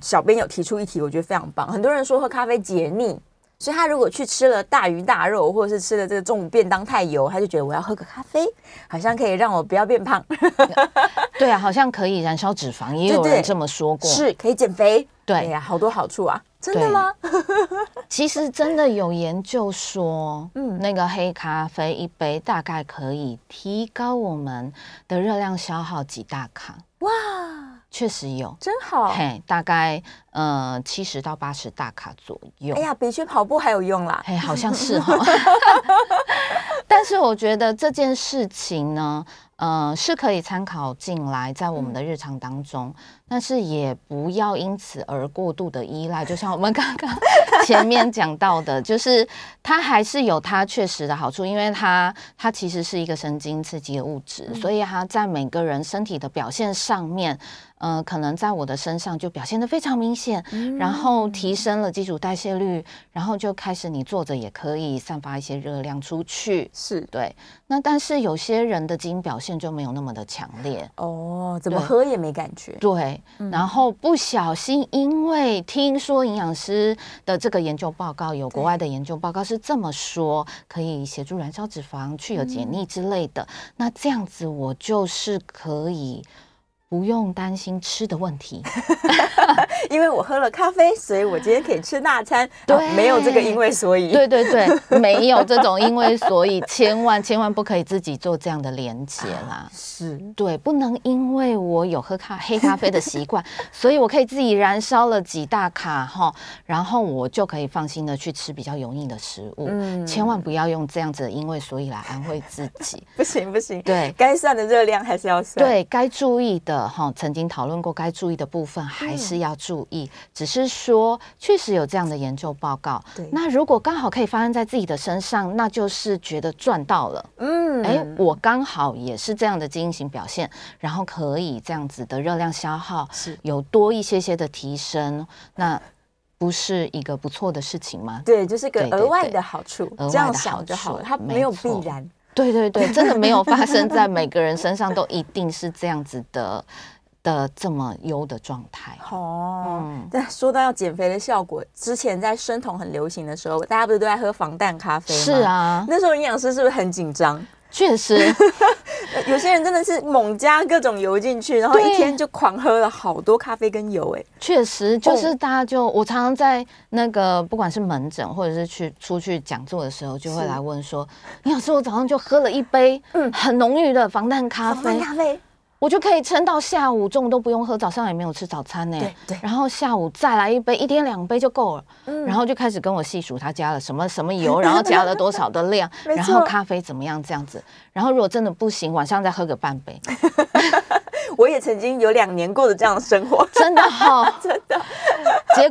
S1: 小编有提出一题，我觉得非常棒。很多人说喝咖啡解腻，所以他如果去吃了大鱼大肉，或者是吃了这个中午便当太油，他就觉得我要喝个咖啡，好像可以让我不要变
S2: [LAUGHS]
S1: 胖，
S2: 对啊，好像可以燃烧脂肪，也
S1: 对
S2: 有
S1: 对
S2: 人这么说过。，
S1: 是可以减肥。
S2: 对
S1: 哎呀，好多好处啊！真的吗？
S2: 其实真的有研究说，
S1: 嗯
S2: 嗯，那个黑咖啡一杯大概可以提高我们的热量消耗几大卡，
S1: 哇，哦
S2: 确实有。
S1: 真好！
S2: 嘿，大概呃七十到八十大卡左右。
S1: 哎呀，比去跑步还有用啦。
S2: 哎，好像是哈、哦。 [LAUGHS] 但是我觉得这件事情呢，呃，是可以参考进来，在我们的日常当中，但是也不要因此而过度的依赖。就像我们刚刚前面讲到的，就是它还是有它确实的好处，因为它它其实是一个神经刺激的物质，所以它在每个人身体的表现上面，呃，可能在我的身上就表现得非常明显，然后提升了基础代谢率，然后就开始你坐着也可以散发一些热量出去。
S1: 是
S2: 对，那但是有些人的基因表现就没有那么的强烈，
S1: 哦，怎么
S2: 对
S1: 喝也没感觉，
S2: 对，然后不小心，因为听说营养师的这个研究报告，有国外的研究报告是这么说，可以协助燃烧脂肪、去油解腻之类的。那这样子，我就是可以不用担心吃的问题。
S1: 因为我喝了咖啡，所以我今天可以吃大餐。
S2: 对
S1: 啊没有这个因为所以。
S2: 对对对，没有这种因为所以，千万千万不可以自己做这样的连接啦。
S1: 是
S2: 对，不能因为我有喝咖黑咖啡的习惯， [LAUGHS] 所以我可以自己燃烧了几大卡哈，然后我就可以放心的去吃比较油腻的食物。
S1: 嗯
S2: 千万不要用这样子的因为所以来安慰自己。
S1: 不行不行，
S2: 对
S1: 该算的热量还是要算。，
S2: 对该注意的哈，曾经讨论过该注意的部分还是要注意，只是说确实有这样的研究报告
S1: 对。
S2: 那如果刚好可以发生在自己的身上，那就是觉得赚到了。
S1: 嗯，
S2: 哎、我刚好也是这样的基因型表现，然后可以这样子的热量消耗
S1: 是
S2: 有多一些些的提升，那不是一个不错的事情吗？
S1: 对，就是个
S2: 对对
S1: 额外
S2: 对
S1: 的好处，
S2: 额外的
S1: 这样想就好了，
S2: 好
S1: 它
S2: 处
S1: 没有
S2: 没
S1: 必
S2: 错
S1: 然。
S2: 对对对，真的没有发生在每个人身上，都一定是这样子的的这么优的状态。
S1: 哦，
S2: 嗯，
S1: [LAUGHS] 但说到要减肥的效果，之前在生酮很流行的时候，大家不是都在喝防弹咖啡吗？
S2: 是，啊，
S1: 那时候营养师是不是很紧张？
S2: 确
S1: [LAUGHS]
S2: 实，
S1: 呃有些人真的是猛加各种油进去，然后
S2: 对
S1: 一天就狂喝了好多咖啡跟油、哎，
S2: 确实就是大家就我常常在那个不管是门诊或者是去出去讲座的时候，就会
S1: 是
S2: 来问说，你老师我早上就喝了一杯
S1: 嗯
S2: 很浓郁的防弹咖
S1: 防弹
S2: 啡，
S1: 咖啡，
S2: 我就可以撑到下午，中午都不用喝，早上也没有吃早餐呢、
S1: 对对
S2: 然后下午再来一杯，一天两杯就够了。
S1: 嗯
S2: 然后就开始跟我细数他加了什么什么
S1: [LAUGHS]
S2: 油，然后加了多少的量，
S1: 没错
S2: 然后咖啡怎么样这样子。然后如果真的不行，晚上再喝个半杯，
S1: 我也曾经有两年过的这样的生活， [LAUGHS]
S2: 真的好、
S1: 真的。
S2: 结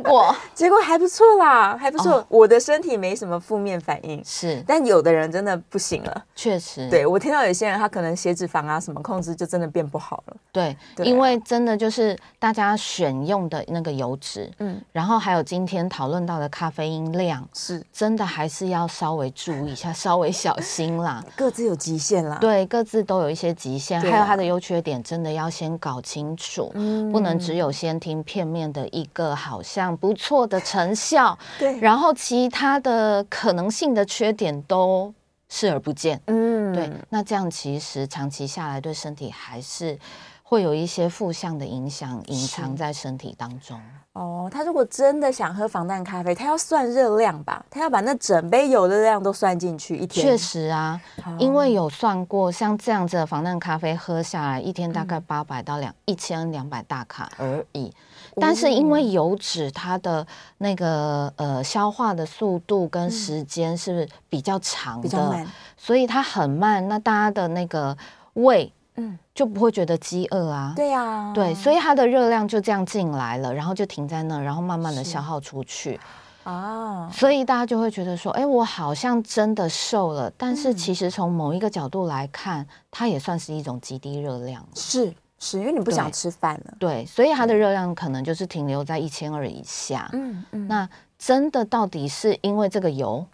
S1: [LAUGHS]
S2: 果
S1: 结果还不错啦，还不错。
S2: 哦
S1: 我的身体没什么负面反应，
S2: 是
S1: 但有的人真的不行了。
S2: 确实
S1: 对我听到有些人他可能血脂肪啊什么控制就真的变不好了。
S2: 对
S1: 对
S2: 因为真的就是大家选用的那个油脂，
S1: 嗯，
S2: 然后还有今天讨论到的咖啡因量，
S1: 是
S2: 真的还是要稍微注意
S1: [LAUGHS]
S2: 一下，稍微小心啦。
S1: 各自有极限啦。，
S2: 对，各自都有一些极限，
S1: 啊对
S2: 还有
S1: 啊
S2: 它的优缺点，真的要先搞清楚，
S1: 嗯
S2: 不能只有先听片面的一个好像不错的成效，
S1: 对，
S2: 然后其他的可能性的缺点都视而不见。
S1: 嗯
S2: 对，那这样其实长期下来对身体还是会有一些负向的影响，隐藏在身体当中。
S1: 哦，他如果真的想喝防弹咖啡，他要算热量吧，他要把那整杯油的量都算进去一天。
S2: 确，实啊，因为有算过，像这样子的防弹咖啡喝下来，一天大
S1: 嗯
S2: 概八百到两一千两百大卡而已。但是因
S1: 哦
S2: 为油脂它的那个呃消化的速度跟时间是比较长
S1: 嗯比较慢
S2: 的，所以它很慢，那大家的那个胃
S1: 嗯，
S2: 就不会觉得饥饿啊。
S1: 对呀、
S2: 对，所
S1: 以
S2: 以它的热量就这样进来了，然后就停在那，然后慢慢的消耗出去。
S1: 啊，
S2: 所以大家就会觉得说，哎、我好像真的瘦了，但
S1: 嗯
S2: 是其实从某一个角度来看，它也算是一种极低热量。
S1: 是是，因为你不想
S2: 对
S1: 吃饭了。
S2: 对，所以它的热量可能就是停留在一千二以下。
S1: 嗯嗯，
S2: 那真的到底是因为这个油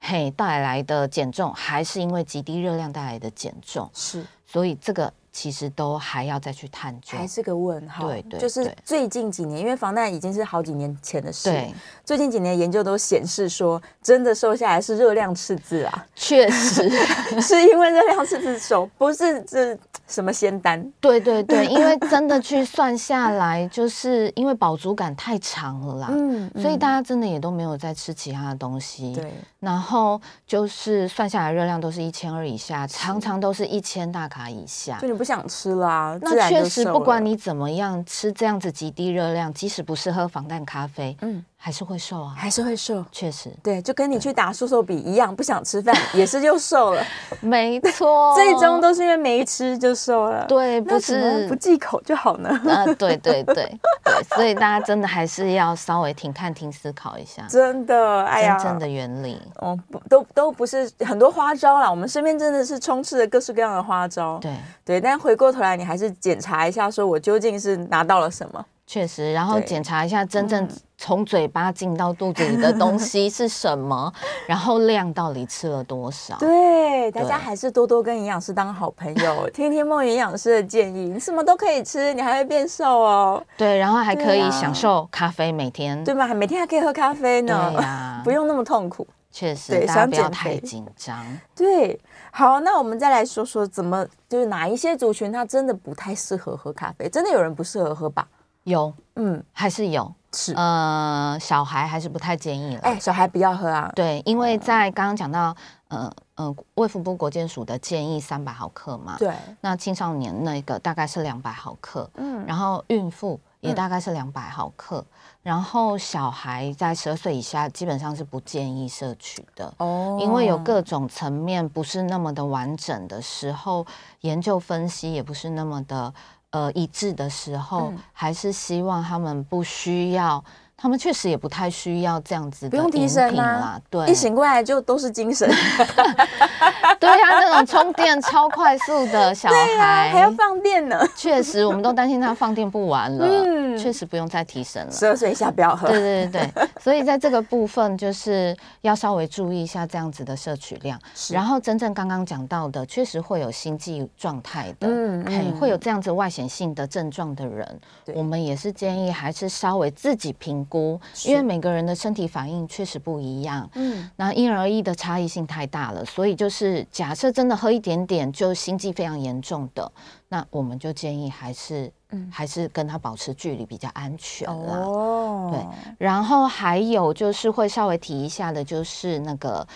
S2: 嘿带来的减重，还是因为极低热量带来的减重？
S1: 是
S2: 所以这个其实都还要再去探究。
S1: 还是个问号。
S2: 对对
S1: 就是
S2: 对
S1: 最近几年，因为防弹已经是好几年前的事。
S2: 对，
S1: 最近几年研究都显示说，真的瘦下来是热量赤字啊，
S2: 确实。
S1: [LAUGHS] 是因为热量赤字
S2: [LAUGHS]
S1: 瘦，不是这什么仙丹。
S2: 对对
S1: [LAUGHS]
S2: 对，因为真的去算下来，就是因为饱足感太长了啦，
S1: 嗯
S2: 所以大家真的也都没有在吃其他的东西。
S1: 对，
S2: 然后就是算下来热量都是一千二以下，常常都是一千大卡以下
S1: 就。你不想吃啦，自
S2: 那
S1: 然就
S2: 确实，
S1: 瘦
S2: 不管
S1: 了
S2: 你怎么样吃这样子极低热量，即使不是喝防弹咖啡，
S1: 嗯
S2: 嗯，还是会瘦啊，
S1: 还是会瘦。
S2: 确实，
S1: 对，就跟你去打瘦瘦比一样，不想吃饭也是就瘦
S2: [LAUGHS]
S1: 了，
S2: 哦没
S1: [LAUGHS]
S2: 错，
S1: 最终都是因为没吃就瘦了。，
S2: 对，不
S1: 那怎么
S2: 是
S1: 不忌口就好呢？
S2: 啊，对对对对，所以大家真的还是要稍微停看、停思考一下
S1: 真的，哎呀，
S2: 真正的原理。
S1: 哦，不都都不是很多花招啦，我们身边真的是充斥着各式各样的花招。
S2: 对，
S1: 对，但回过头来，你还是检查一下，说我究竟是拿到了什么。
S2: 确实，然后
S1: 对嗯
S2: 检查一下真正从嘴巴进到肚子里的
S1: [LAUGHS]
S2: 东西是什么，然后量到底吃了多少。
S1: 对，大家
S2: 对
S1: 还是多多跟营养师当好朋友，听听梦云营养师的建议，你什么都可以吃，你还会变瘦哦，
S2: 对，然后还可
S1: 对
S2: 以
S1: 啊
S2: 享受咖啡，每天。
S1: 对吗？还每天还可以喝咖啡
S2: 对啊
S1: 呢，
S2: 呀
S1: [LAUGHS] ，不用那么痛苦。
S2: 确实，
S1: 对
S2: 大家
S1: 想
S2: 不要
S1: 减
S2: 太
S1: 肥
S2: 紧张。
S1: 对，好，那我们再来说说怎么，就是哪一些族群他真的不太适合喝咖啡，真的有人不适合喝吧？
S2: 有
S1: 嗯，
S2: 还是有，
S1: 是，
S2: 呃，小孩还是不太建议了。
S1: 哎、小孩不要喝啊，
S2: 对，因为在刚刚讲到，呃呃，卫福部国健署的建议三百毫克嘛，
S1: 对，
S2: 那青少年那个大概是两百毫克，
S1: 嗯，
S2: 然后孕妇也
S1: 嗯
S2: 大概是两百毫克，然后小孩在十二岁以下基本上是不建议摄取的。
S1: 哦
S2: 因为有各种层面不是那么的完整的时候，研究分析也不是那么的呃一致的时候，
S1: 嗯
S2: 还是希望他们不需要，他们确实也不太需要这样子的
S1: 不用提
S2: 饮
S1: 神
S2: 品
S1: 啊
S2: 啦，对，
S1: 一醒过来就都是精神，
S2: 对啊，那种充电超快速
S1: [LAUGHS]
S2: 的小孩，
S1: 啊还要放电
S2: [LAUGHS]
S1: 呢。
S2: 确实，我们都担心他放电不完了，
S1: 嗯
S2: 确实不用再提神了。
S1: 十二岁以下不要喝。
S2: 对对对对，所以在这个部分就是要稍微注意一下这样子的摄取量，
S1: 是
S2: 然后真正刚刚讲到的，确实会有心悸状态的，
S1: 嗯
S2: 嘿
S1: 嗯
S2: 会有这样子外显性的症状的人，
S1: 对
S2: 我们也是建议还是稍微自己评估，因为每个人的身体反应确实不一样，
S1: 嗯，
S2: 那因人而异的差异性太大了，所以就是假设真的喝一点点就心悸非常严重的，那我们就建议还是、
S1: 嗯
S2: 还是跟他保持距离比较安全啦。
S1: 哦，
S2: 然后还有就是会稍微提一下的，就是那个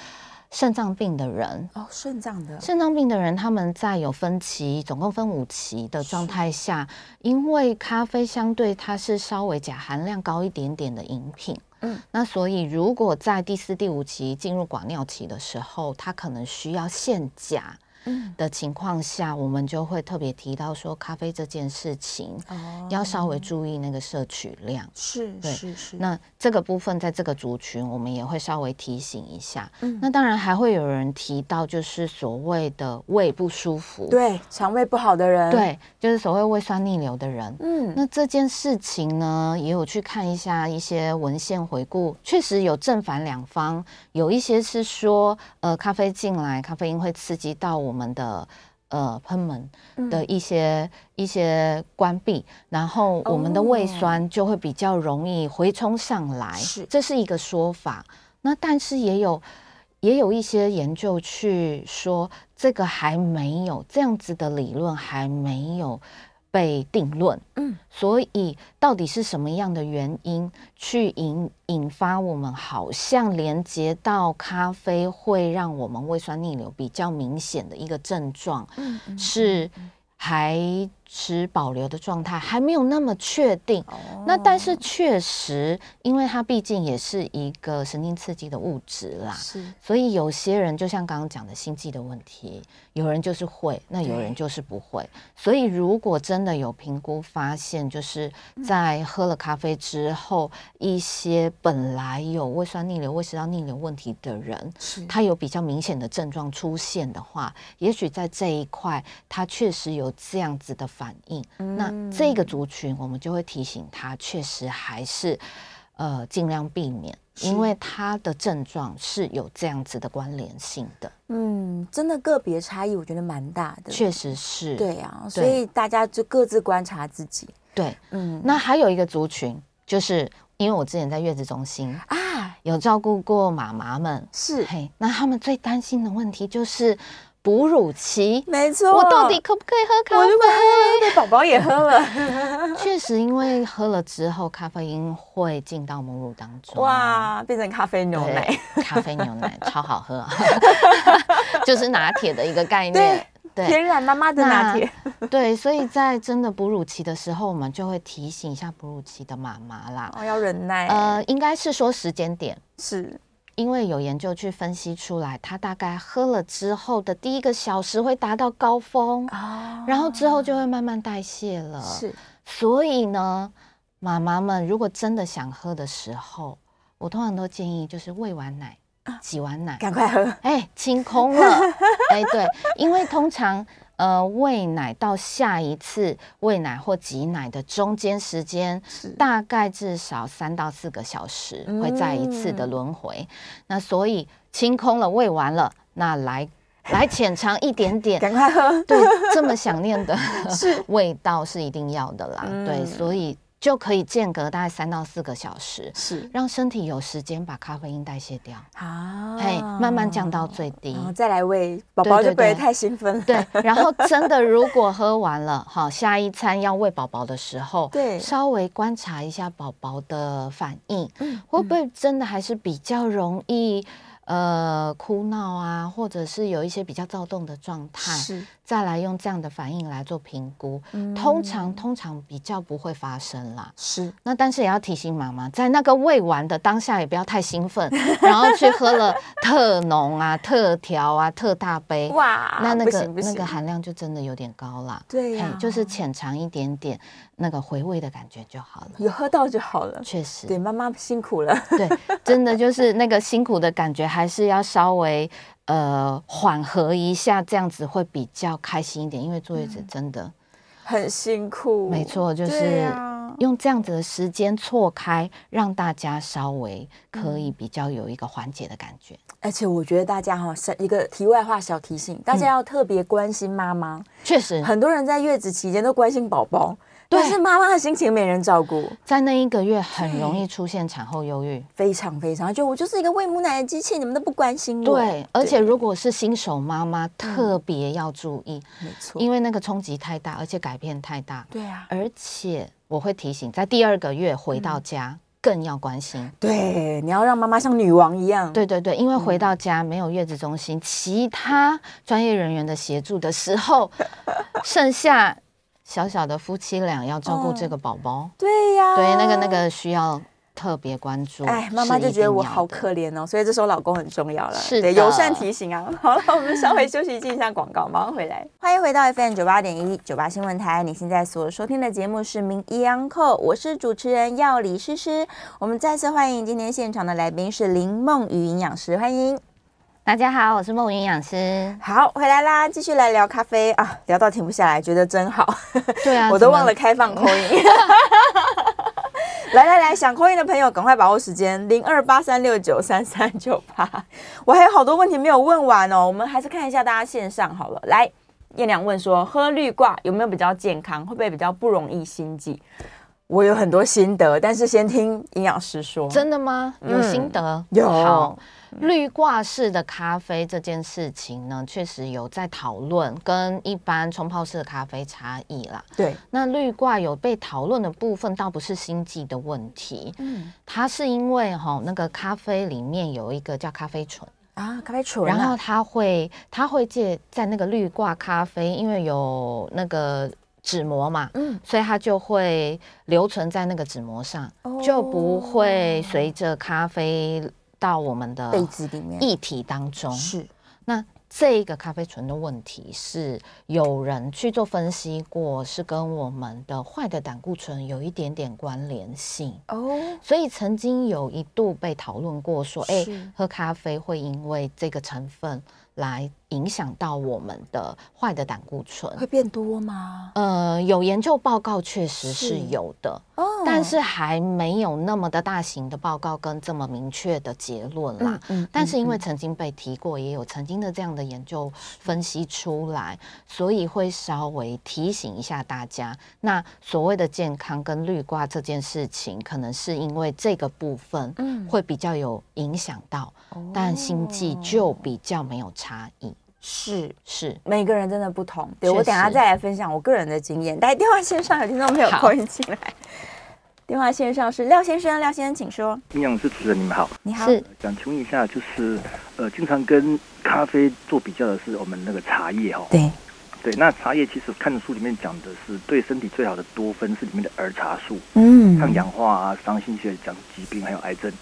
S2: 肾脏病的人。
S1: 对，哦，肾脏的，
S2: 肾脏病的人，他们在有分期，总共分五期的状态下，因为咖啡相对它是稍微钾含量高一点点的饮品，
S1: 嗯
S2: 嗯，那所以如果在第四、第五期进入广尿期的时候，它可能需要限钾
S1: 嗯，
S2: 的情况下，我们就会特别提到说咖啡这件事情，
S1: 哦，
S2: 要稍微注意那个摄取量。
S1: 是
S2: 对
S1: 是是，
S2: 那这个部分在这个族群，我们也会稍微提醒一下。
S1: 嗯
S2: 那当然还会有人提到，就是所谓的胃不舒服，
S1: 对肠胃不好的人，，
S2: 对就是所谓胃酸逆流的人。
S1: 嗯，
S2: 那这件事情呢，也有去看一下一些文献回顾，确实有正反两方，有一些是说，呃，咖啡进来，咖啡因会刺激到我们的呃喷门
S1: 嗯
S2: 的一些、一些关闭，然后我们的胃酸就会比较容易回冲上来，
S1: 哦是
S2: 这是一个说法。那但是也有也有一些研究去说，这个还没有这样子的理论还没有被定论。
S1: 嗯，
S2: 所以到底是什么样的原因去引引发我们好像连接到咖啡会让我们胃酸逆流比较明显的一个症状，
S1: 嗯
S2: 是还持保留的状态，还没有那么确定。
S1: 哦
S2: 那但是确实，因为它毕竟也是一个神经刺激的物质啦，
S1: 是
S2: 所以有些人就像刚刚讲的心悸的问题，有人就是会，那有人就是不会。所以如果真的有评估发现，就是在喝了咖啡之后，一些本来有胃酸逆流、胃食道逆流问题的人，
S1: 是，
S2: 他有比较明显的症状出现的话，也许在这一块他确实有这样子的反应。
S1: 嗯
S2: 那这个族群，我们就会提醒他，确实还是呃尽量避免，
S1: 是
S2: 因为他的症状是有这样子的关联性的，
S1: 嗯，真的个别差异，我觉得蛮大的，
S2: 确实是
S1: 对啊，所以大家就各自观察自己，
S2: 对
S1: 嗯，
S2: 那还有一个族群，就是因为我之前在月子中心
S1: 啊
S2: 有照顾过妈妈们，
S1: 是
S2: 嘿，那他们最担心的问题就是哺乳期。
S1: 没错，
S2: 我到底可不可以喝咖
S1: 我
S2: 啡
S1: 如？果喝了，会被宝宝也喝
S2: [LAUGHS]
S1: 了，
S2: 确实，因为喝了之后，咖啡因会进到母乳当中。啊
S1: 哇，变成咖啡牛
S2: 对，
S1: 奶，
S2: 咖啡牛奶超好喝
S1: [LAUGHS]
S2: 啊，就是拿铁的一个概念。
S1: [LAUGHS]
S2: 对
S1: 天然妈妈的拿
S2: 那
S1: 铁，
S2: 对对，所以在真的哺乳期的时候，我们就会提醒一下哺乳期的妈妈啦。
S1: 哦，要忍耐，
S2: 呃，应该是说时间点，
S1: 是
S2: 因为有研究去分析出来，她大概喝了之后的第一个小时会达到高峰，
S1: 啊，
S2: 然后之后就会慢慢代谢了。，
S1: 是
S2: 所以呢，妈妈们如果真的想喝的时候，我通常都建议就是喂完奶、挤完奶，
S1: 赶快喝，
S2: 哎，清空了。哎，对，因为通常呃喂奶到下一次喂奶或挤奶的中间时间，
S1: 是
S2: 大概至少三到四个小时
S1: 嗯
S2: 会再一次的轮回。那所以清空了，喂完了，那来来浅尝一点点。
S1: [LAUGHS] 赶快喝，
S2: 对，这么想念
S1: [LAUGHS]
S2: 的 [LAUGHS] 味道是一定要的啦。对，
S1: 嗯
S2: 所以就可以间隔大概三到四个小时，
S1: 是
S2: 让身体有时间把咖啡因代谢掉。
S1: [LAUGHS] 啊，哦
S2: 嘿，哎慢慢降到最低。
S1: 然后再来喂宝宝，就
S2: 对对
S1: 不会
S2: 对
S1: 太兴奋了。 [LAUGHS]
S2: 对，然后真的如果喝完了，好，下一餐要喂宝宝的时候，
S1: 对
S2: 稍微观察一下宝宝的反应，
S1: 嗯
S2: 会不会真的还是比较容易呃哭闹啊，或者是有一些比较躁动的状态，
S1: 是
S2: 再来用这样的反应来做评估，
S1: 嗯
S2: 通常通常比较不会发生啦。
S1: 是
S2: 那但是也要提醒妈妈，在那个喂完的当下也不要太
S1: [LAUGHS]
S2: 兴奋，然后去喝了特浓啊、特调啊、特大杯，
S1: 哇，
S2: 那那
S1: 不
S2: 个
S1: 行不
S2: 那
S1: 行
S2: 个含量就真的有点高啦。
S1: 对
S2: 嘿
S1: 呀，
S2: 就是浅尝一点点，那个回味的感觉就好了。
S1: 有喝到就好了。
S2: 确实，
S1: 对，妈妈辛苦了， [LAUGHS]
S2: 对，真的就是那个辛苦的感觉，还是要稍微呃缓和一下，这样子会比较开心一点。因为坐月子
S1: 嗯
S2: 真的、
S1: 很辛苦。
S2: 没错，就
S1: 对啊
S2: 是
S1: 呀
S2: 用这样子的时间错开，让大家稍微可
S1: 嗯
S2: 以比较有一个缓解的感觉。
S1: 而且我觉得大家哈，是一个题外话小提醒，
S2: 嗯
S1: 大家要特别关心妈妈。
S2: 确实，
S1: 很多人在月子期间都关心宝宝，
S2: 对
S1: 但是妈妈的心情没人照顾，
S2: 在那一个月很容易出现产后忧郁。
S1: 非常非常，就我就是一个喂母奶的机器，你们都不关心我。
S2: 对，而且如果是新手妈妈，特别要注意，
S1: 嗯没错，
S2: 因为那个冲击太大，而且改变太大。
S1: 对啊，
S2: 而且我会提醒，在第二个月回
S1: 嗯
S2: 到家、更要关心。
S1: 对，你要让妈妈像女王一样。
S2: 对对对，因为回到家没有月子中心，其他专业人员的协助的时候， [LAUGHS] 剩下小小的夫妻俩要照顾这个宝宝，
S1: 对呀、
S2: 对那个那。个需要特别关注。
S1: 哎，妈妈
S2: 是一
S1: 就觉得
S2: 定
S1: 我
S2: 要
S1: 好
S2: 的
S1: 可怜哦，所以这时候老公很重要了，
S2: 是
S1: 对，
S2: 的
S1: 友善提醒啊。 [LAUGHS] 好了，我们稍微休息进一下广告，马上回来。 [LAUGHS] 欢迎回到 FM 九八点一九八新闻台，你现在所收听的节目是《名医央叩》，我是主持人药理诗诗。我们再次欢迎今天现场的来宾是林梦雨营养师，欢迎。。
S2: 大家好，我是梦云营养师
S1: 好，回来啦，继续来聊咖啡啊，聊到停不下来，觉得真好。
S2: 对啊，
S1: [LAUGHS] 我都
S2: 怎么
S1: 忘了开放扣音。来来来，想扣音的朋友赶快把握时间，零二八三六九三三九八。我还有好多问题没有问完哦，我们还是看一下大家线上好了。来，燕良问说，喝绿挂有没有比较健康？会不会比较不容易心悸？我有很多心得，但是先听营养师说。
S2: 真的吗？有心得？
S1: 嗯有
S2: 好，绿挂式的咖啡这件事情呢，确实有在讨论，跟一般冲泡式的咖啡差异啦。
S1: 对，
S2: 那绿挂有被讨论的部分，倒不是心悸的问题，
S1: 嗯
S2: 它是因为哈、那个咖啡里面有一个叫咖啡醇，
S1: 啊，咖啡醇、啊，
S2: 然后它会它会借在那个绿挂咖啡，因为有那个脂膜嘛，
S1: 嗯
S2: 所以它就会留存在那个纸膜上，
S1: 哦
S2: 就不会随着咖啡到我们的
S1: 被子里面
S2: 液体当中。
S1: 是
S2: 那这个咖啡醇的问题是，有人去做分析过，是跟我们的坏的胆固醇有一点点关联性。
S1: 哦，
S2: 所以曾经有一度被讨论过，说，哎、
S1: 是
S2: 喝咖啡会因为这个成分来影响到我们的坏的胆固醇。
S1: 会变多吗？
S2: 呃，有研究报告确实
S1: 是
S2: 是有的，
S1: 哦
S2: 但是还没有那么的大型的报告跟这么明确的结论啦。
S1: 嗯嗯
S2: 但是因为曾经被提过，也有曾经的这样的研究分析出来，所以会稍微提醒一下大家。那所谓的健康跟绿挂这件事情，可能是因为这个部分
S1: 嗯
S2: 会比较有影响到，但心悸就比较没有差异。
S1: 哦是
S2: 是，
S1: 每个人真的不同。对
S2: 确实
S1: 我等一下再来分享我个人的经验。来，电话线上有听众朋友 [LAUGHS]
S2: 好
S1: 扣音进来，电话线上是廖先生，廖先生请说。
S3: 营养师主持人，你们好，
S1: 你好，
S2: 是
S3: 想请问一下，就是呃，经常跟咖啡做比较的是我们那个茶叶哈、哦，
S1: 对，
S3: 对，那茶叶其实看的书里面讲的是对身体最好的多酚是里面的儿茶素，
S1: 嗯
S3: 抗氧化啊、伤心血管疾病还有癌症。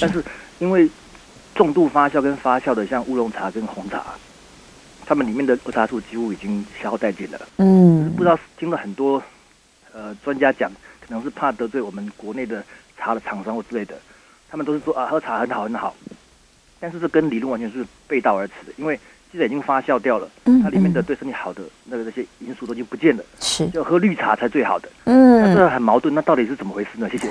S3: 但
S2: 是
S3: 是因为重度发酵跟发酵的，像乌龙茶跟红茶，它们里面的儿茶素几乎已经消耗殆尽了。
S1: 嗯
S3: 不知道听了很多呃专家讲，可能是怕得罪我们国内的茶的厂商或之类的，他们都是说啊喝茶很好很好，但是这跟理论完全是背道而驰的，因为既然已经发酵掉了，
S2: 嗯
S3: 它里面的对身体好的那个那些因素都已经不见了，
S1: 是
S3: 要喝绿茶才最好的，那
S1: 嗯，
S3: 这很矛盾，那到底是怎么回事呢？谢谢。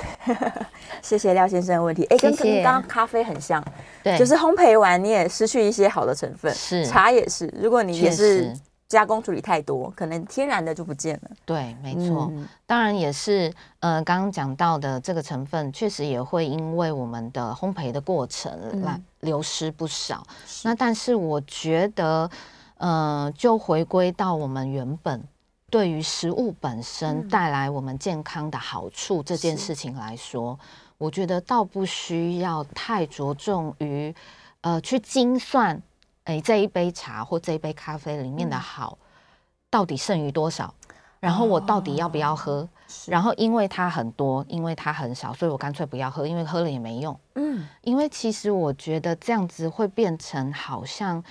S1: 谢谢廖先生的问题，哎，跟
S2: 谢
S1: 跟
S2: 谢
S1: 刚刚咖啡很像，
S2: 对，
S1: 就是烘焙完你也失去一些好的成分，
S2: 是
S1: 茶也是，如果你也
S2: 确
S1: 是
S2: 实
S1: 加工处理太多，可能天然的就不见了，
S2: 对，没错。
S1: 嗯
S2: 当然也是，呃，刚刚讲到的这个成分，确实也会因为我们的烘焙的过程来
S1: 嗯
S2: 流失不少。
S1: 是
S2: 那但是我觉得，呃，就回归到我们原本对于食物本身
S1: 嗯
S2: 带来我们健康的好处这件
S1: 是
S2: 事情来说，我觉得倒不需要太着重于，呃，去精算，诶这一杯茶或这一杯咖啡里面的好、到底剩余多少，然后我到底要不要喝？然后因为它很多，因为它很少，所以我干脆不要喝，因为喝了也没用。
S1: 嗯
S2: 因为其实我觉得这样子会变成好像，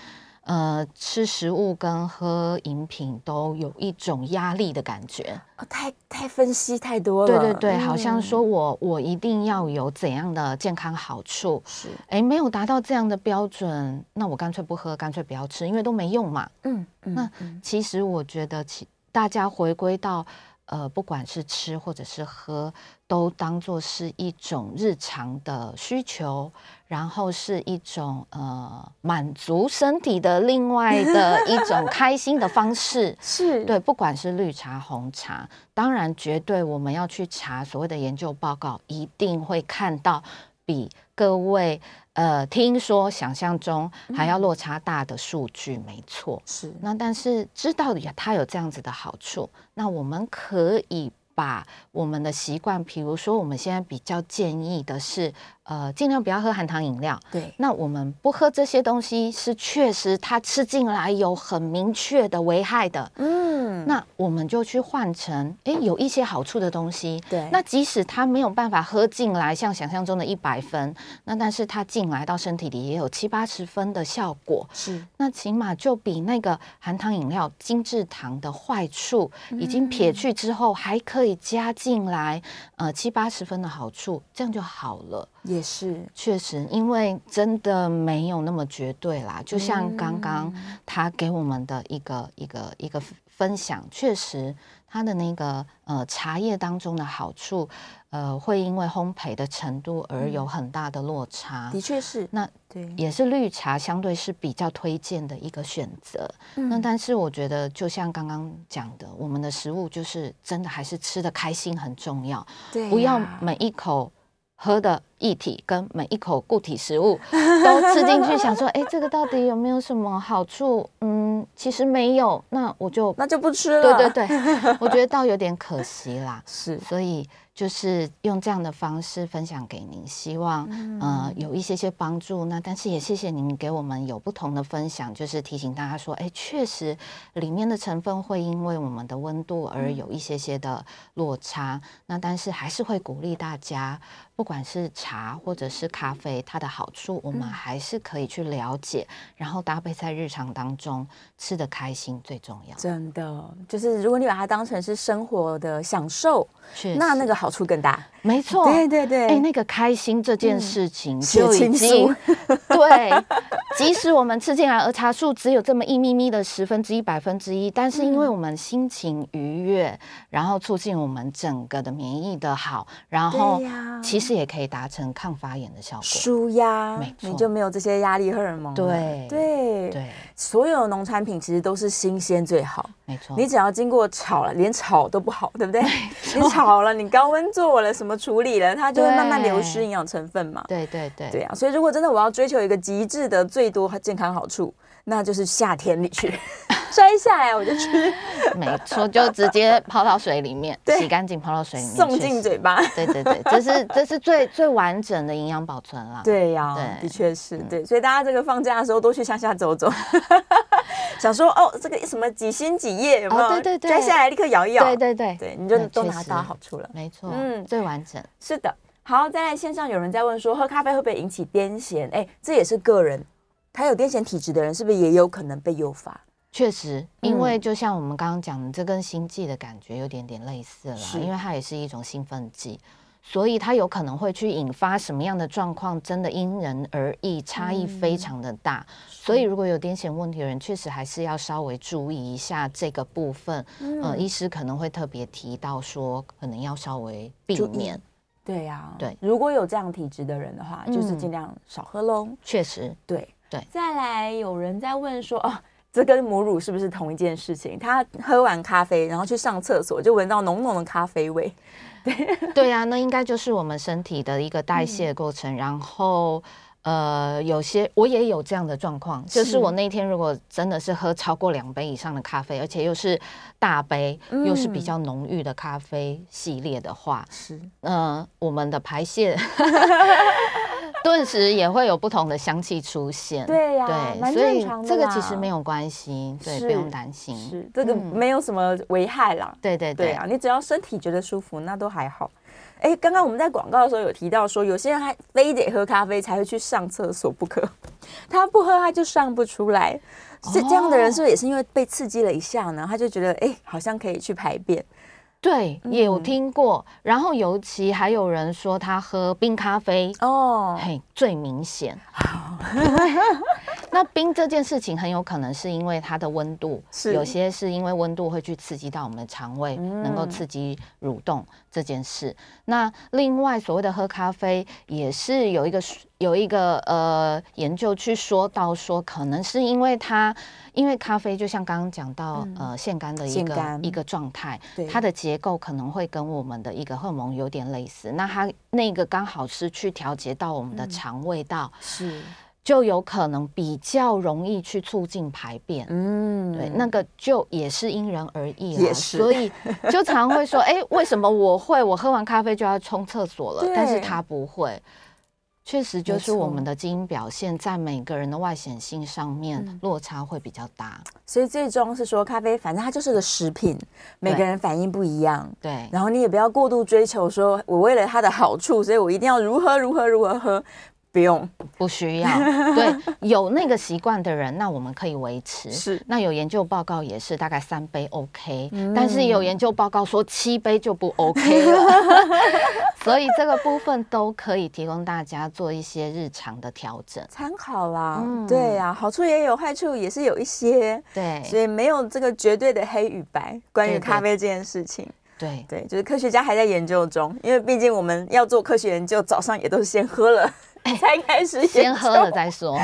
S2: 呃，吃食物跟喝饮品都有一种压力的感觉。
S1: 哦太太分析太多
S2: 对
S1: 了，
S2: 对对，好像
S1: 嗯
S2: 说我我一定要有怎样的健康好处，
S1: 是
S2: 诶，没有达到这样的标准，那我干脆不喝，干脆不要吃，因为都没用嘛。
S1: 嗯嗯
S2: 那其实我觉得其，大家回归到呃，不管是吃或者是喝，都当做是一种日常的需求，然后是一种呃满足身体的另外的一种开心的方式。
S1: 是
S2: 对，不管是绿茶、红茶，当然绝对我们要去查所谓的研究报告，一定会看到比各位呃听说想象中还要落差大的数据，没错。
S1: 是
S2: 那但是知道有它有这样子的好处，那我们可以把我们的习惯，比如说我们现在比较建议的是，呃，尽量不要喝含糖饮料。
S1: 对
S2: 那我们不喝这些东西，是确实它吃进来有很明确的危害的。
S1: 嗯
S2: 那我们就去换成，诶，有一些好处的东西。
S1: 对
S2: 那即使它没有办法喝进来，像想象中的一百分，那但是它进来到身体里也有七八十分的效果。
S1: 是
S2: 那起码就比那个含糖饮料精制糖的坏处
S1: 嗯
S2: 已经撇去之后，还可以加进来，呃七八十分的好处，这样就好了。
S1: 也是
S2: 确实，因为真的没有那么绝对啦。就像刚刚
S1: 嗯
S2: 他给我们的一个一个一个分享，确实它的那个呃茶叶当中的好处，呃会因为烘焙的程度而有很大的落差。
S1: 嗯的确是
S2: 那
S1: 对
S2: 也是绿茶相对是比较推荐的一个选择。那
S1: 嗯
S2: 但是我觉得，就像刚刚讲的，我们的食物就是真的还是吃的开心很重要，
S1: 对
S2: 不要
S1: 哎呀
S2: 每一口。喝的液体跟每一口固体食物 [LAUGHS] 都吃进去，想说，哎、这个到底有没有什么好处？嗯，其实没有，那我就
S1: 那就不吃了
S2: 对对对，我觉得倒有点可惜啦。
S1: 是
S2: 所以就是用这样的方式分享给您，希望、呃
S1: 嗯
S2: 有一些些帮助。那但是也谢谢您给我们有不同的分享，就是提醒大家说，哎，确实里面的成分会因为我们的温度而
S1: 嗯
S2: 有一些些的落差。那但是还是会鼓励大家，不管是茶或者是咖啡，它的好处我们
S1: 嗯
S2: 还是可以去了解，然后搭配在日常当中吃的开心最重要。
S1: 真的就是如果你把它当成是生活的享受，
S2: 确
S1: 那
S2: 实
S1: 那个好处更大。
S2: 没错，
S1: 对对对，
S2: 哎、那个开心这件事情就
S1: 嗯血
S2: 已
S1: 清
S2: 经、
S1: 素
S2: [LAUGHS] 对，即使我们吃进来儿茶素只有这么一咪咪的十分之一、百分之一，但是因为
S1: 嗯
S2: 我们心情愉悦，然后促进我们整个的免疫的好，然后
S1: 对呀
S2: 其实也可以达成抗发炎的效果。
S1: 舒压
S2: 没，错
S1: 你就没有这些压力荷尔蒙了。
S2: 对
S1: 对
S2: 对，
S1: 所有的农产品其实都是新鲜最好。
S2: 没错，
S1: 你只要经过炒了，连炒都不好，对不 [LAUGHS]
S2: 哦
S1: 对？你炒了，你高温做了，什么处理了，它就会
S2: 对
S1: 慢慢流失营养成分嘛。
S2: 对对对
S1: 对啊，所以如果真的我要追求一个极致的最多健康好处，那就是夏天里
S2: [LAUGHS]
S1: 去摘下来我就吃，
S2: 没错，就直接泡到水里面，
S1: [LAUGHS] 对
S2: 洗干净泡到水里面，
S1: 送
S2: 哎确
S1: 进
S2: 实
S1: 嘴。巴。
S2: 对对对，这是这是最最完整的营养保存啦。
S1: 对呀、
S2: 对嗯 [LAUGHS]
S1: 的确是对，所以大家这个放假的时候多去乡下走走，想说哦，这个什么几星几叶有没有？
S2: 哦对对对
S1: 摘下来立刻摇一摇，
S2: 对对对，
S1: 对，你就
S2: 嗯
S1: 都
S2: 确
S1: 拿到
S2: 实
S1: 好处了。
S2: 没错，
S1: 嗯
S2: 最完整。
S1: 是的，好，再来线上有人在问说，喝咖啡会不会引起癫痫？哎，这也是个人，他有癫痫体质的人是不是也有可能被诱发？
S2: 确实，因
S1: 嗯
S2: 为就像我们刚刚讲的，这跟心悸的感觉有点点类似了
S1: 是，
S2: 因为它也是一种兴奋剂，所以它有可能会去引发什么样的状况，真的因人而异，差异
S1: 嗯
S2: 非常的大。所以如果有癫痫问题的人，确实还是要稍微注意一下这个部分。嗯、呃，医师可能会特别提到说，可能要稍微避
S1: 注意
S2: 免。
S1: 对呀、
S2: 对
S1: 如果有这样体质的人的话，就是
S2: 嗯
S1: 尽量少喝喽。
S2: 确实，
S1: 对
S2: 对
S1: 再来，有人在问说，哦，这跟母乳是不是同一件事情？他喝完咖啡，然后去上厕所，就闻到浓浓的咖啡味。
S2: 对啊，那应该就是我们身体的一个代谢
S1: 嗯
S2: 过程，然后。呃，有些我也有这样的状况，就是我那天如果真的是喝超过两杯以上的咖啡，而且又是大杯，又是比
S1: 嗯
S2: 较浓郁的咖啡系列的话，
S1: 是，
S2: 呃，我们的
S1: [LAUGHS]
S2: 排泄顿时也会有不同的香气出现。
S1: 对呀蛮
S2: 对，所
S1: 正
S2: 以
S1: 常的
S2: 这个
S1: 啦
S2: 其实没有关系，对，
S1: 是
S2: 不用担心。
S1: 是这个
S2: 嗯
S1: 没有什么危害啦。
S2: 对对
S1: 对
S2: 对，
S1: 啊，你只要身体觉得舒服，那都还好。哎，刚刚我们在广告的时候有提到说，有些人还非得喝咖啡才会去上厕所不可， [LAUGHS] 他不喝他就上不出来。是
S2: 哦
S1: 这样的人是不是也是因为被刺激了一下呢？他就觉得哎、好像可以去排便。
S2: 对，也有
S1: 嗯
S2: 听过。然后尤其还有人说他喝冰咖啡，
S1: 哦，
S2: 嘿，最
S1: [LAUGHS]
S2: 明显。那冰这件事情很有可能是因为它的温度，
S1: 是
S2: 有些是因为温度会去刺激到我们的肠胃，能
S1: 嗯
S2: 够刺激蠕动这件事。那另外所谓的喝咖啡，也是有一个有一个呃研究去说到说，可能是因为它因为咖啡就像刚刚讲到、呃腺苷的一
S1: 嗯腺
S2: 个
S1: 苷
S2: 一个状态
S1: 对，
S2: 它的结构可能会跟我们的一个荷尔蒙有点类似。那它那个刚好是去调节到我
S1: 嗯
S2: 们的肠胃道，
S1: 是，
S2: 就有可能比较容易去促进排便。
S1: 嗯，
S2: 对，那个就也是因人而异啦，
S1: 也是 [LAUGHS]
S2: 所以就常会说，哎、为什么我会我喝完咖啡就要冲厕所了
S1: 对，
S2: 但是他不会。确实，就
S1: 没
S2: 是我
S1: 错
S2: 们的基因表现在每个人的外显性上
S1: 嗯
S2: 面落差会比较大。
S1: 所以最终是说咖啡，反正它就是个食品，每个
S2: 对
S1: 人反应不一样。
S2: 对，
S1: 然后你也不要过度追求说，我为了它的好处，所以我一定要如何如何如何喝，不用
S2: 不需
S1: [LAUGHS]
S2: 要。对，有那个习惯的人，那我们可以维持。
S1: 是嗯
S2: 那有研究报告也是大概三杯 OK，、但是有研究报告说七杯就不 OK 了。
S1: [LAUGHS]
S2: [LAUGHS] 所以这个部分都可以提供大家做一些日常的调整。
S1: 参考啦。
S2: 嗯
S1: 对呀、好处也有，坏处也是有一些。所
S2: 对
S1: 以没有这个绝对的黑与白，关于
S2: 对对
S1: 咖啡这件事情，
S2: 对
S1: 对，就是科学家还在研究中，因为毕竟我们要做科学研究，早上也都是先喝了、才开始研究，
S2: 哎先喝了再说。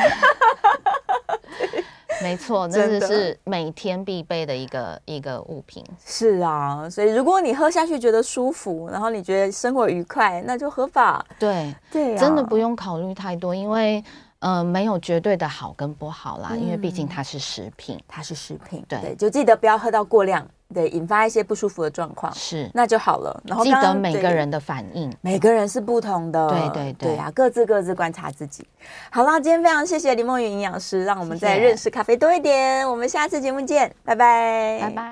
S2: 没错，那
S1: 真的
S2: 就是每天必备的一个一个物品。
S1: [LAUGHS] 是啊，所以如果你喝下去觉得舒服，然后你觉得生活愉快，那就喝吧。
S2: 对，
S1: 对、啊，
S2: 真的不用考虑太多，因为呃没有绝对的好跟不好啦，因为毕
S1: 嗯
S2: 竟它是食品。
S1: 它是食品，
S2: 对
S1: 就记得不要喝到过量，对，引发一些不舒服的状况，
S2: 是，
S1: 那就好了。然后
S2: 记
S1: 刚
S2: 得
S1: 刚
S2: 每
S1: 对
S2: 个人的反应。
S1: 每个人是不同的，
S2: 对对对
S1: 对啊，各自各自观察自己。好啦，今天非常谢谢林梦云营养师，让我们
S2: 谢谢
S1: 再认识咖啡多一点。我们下次节目见，拜拜，
S2: 拜拜。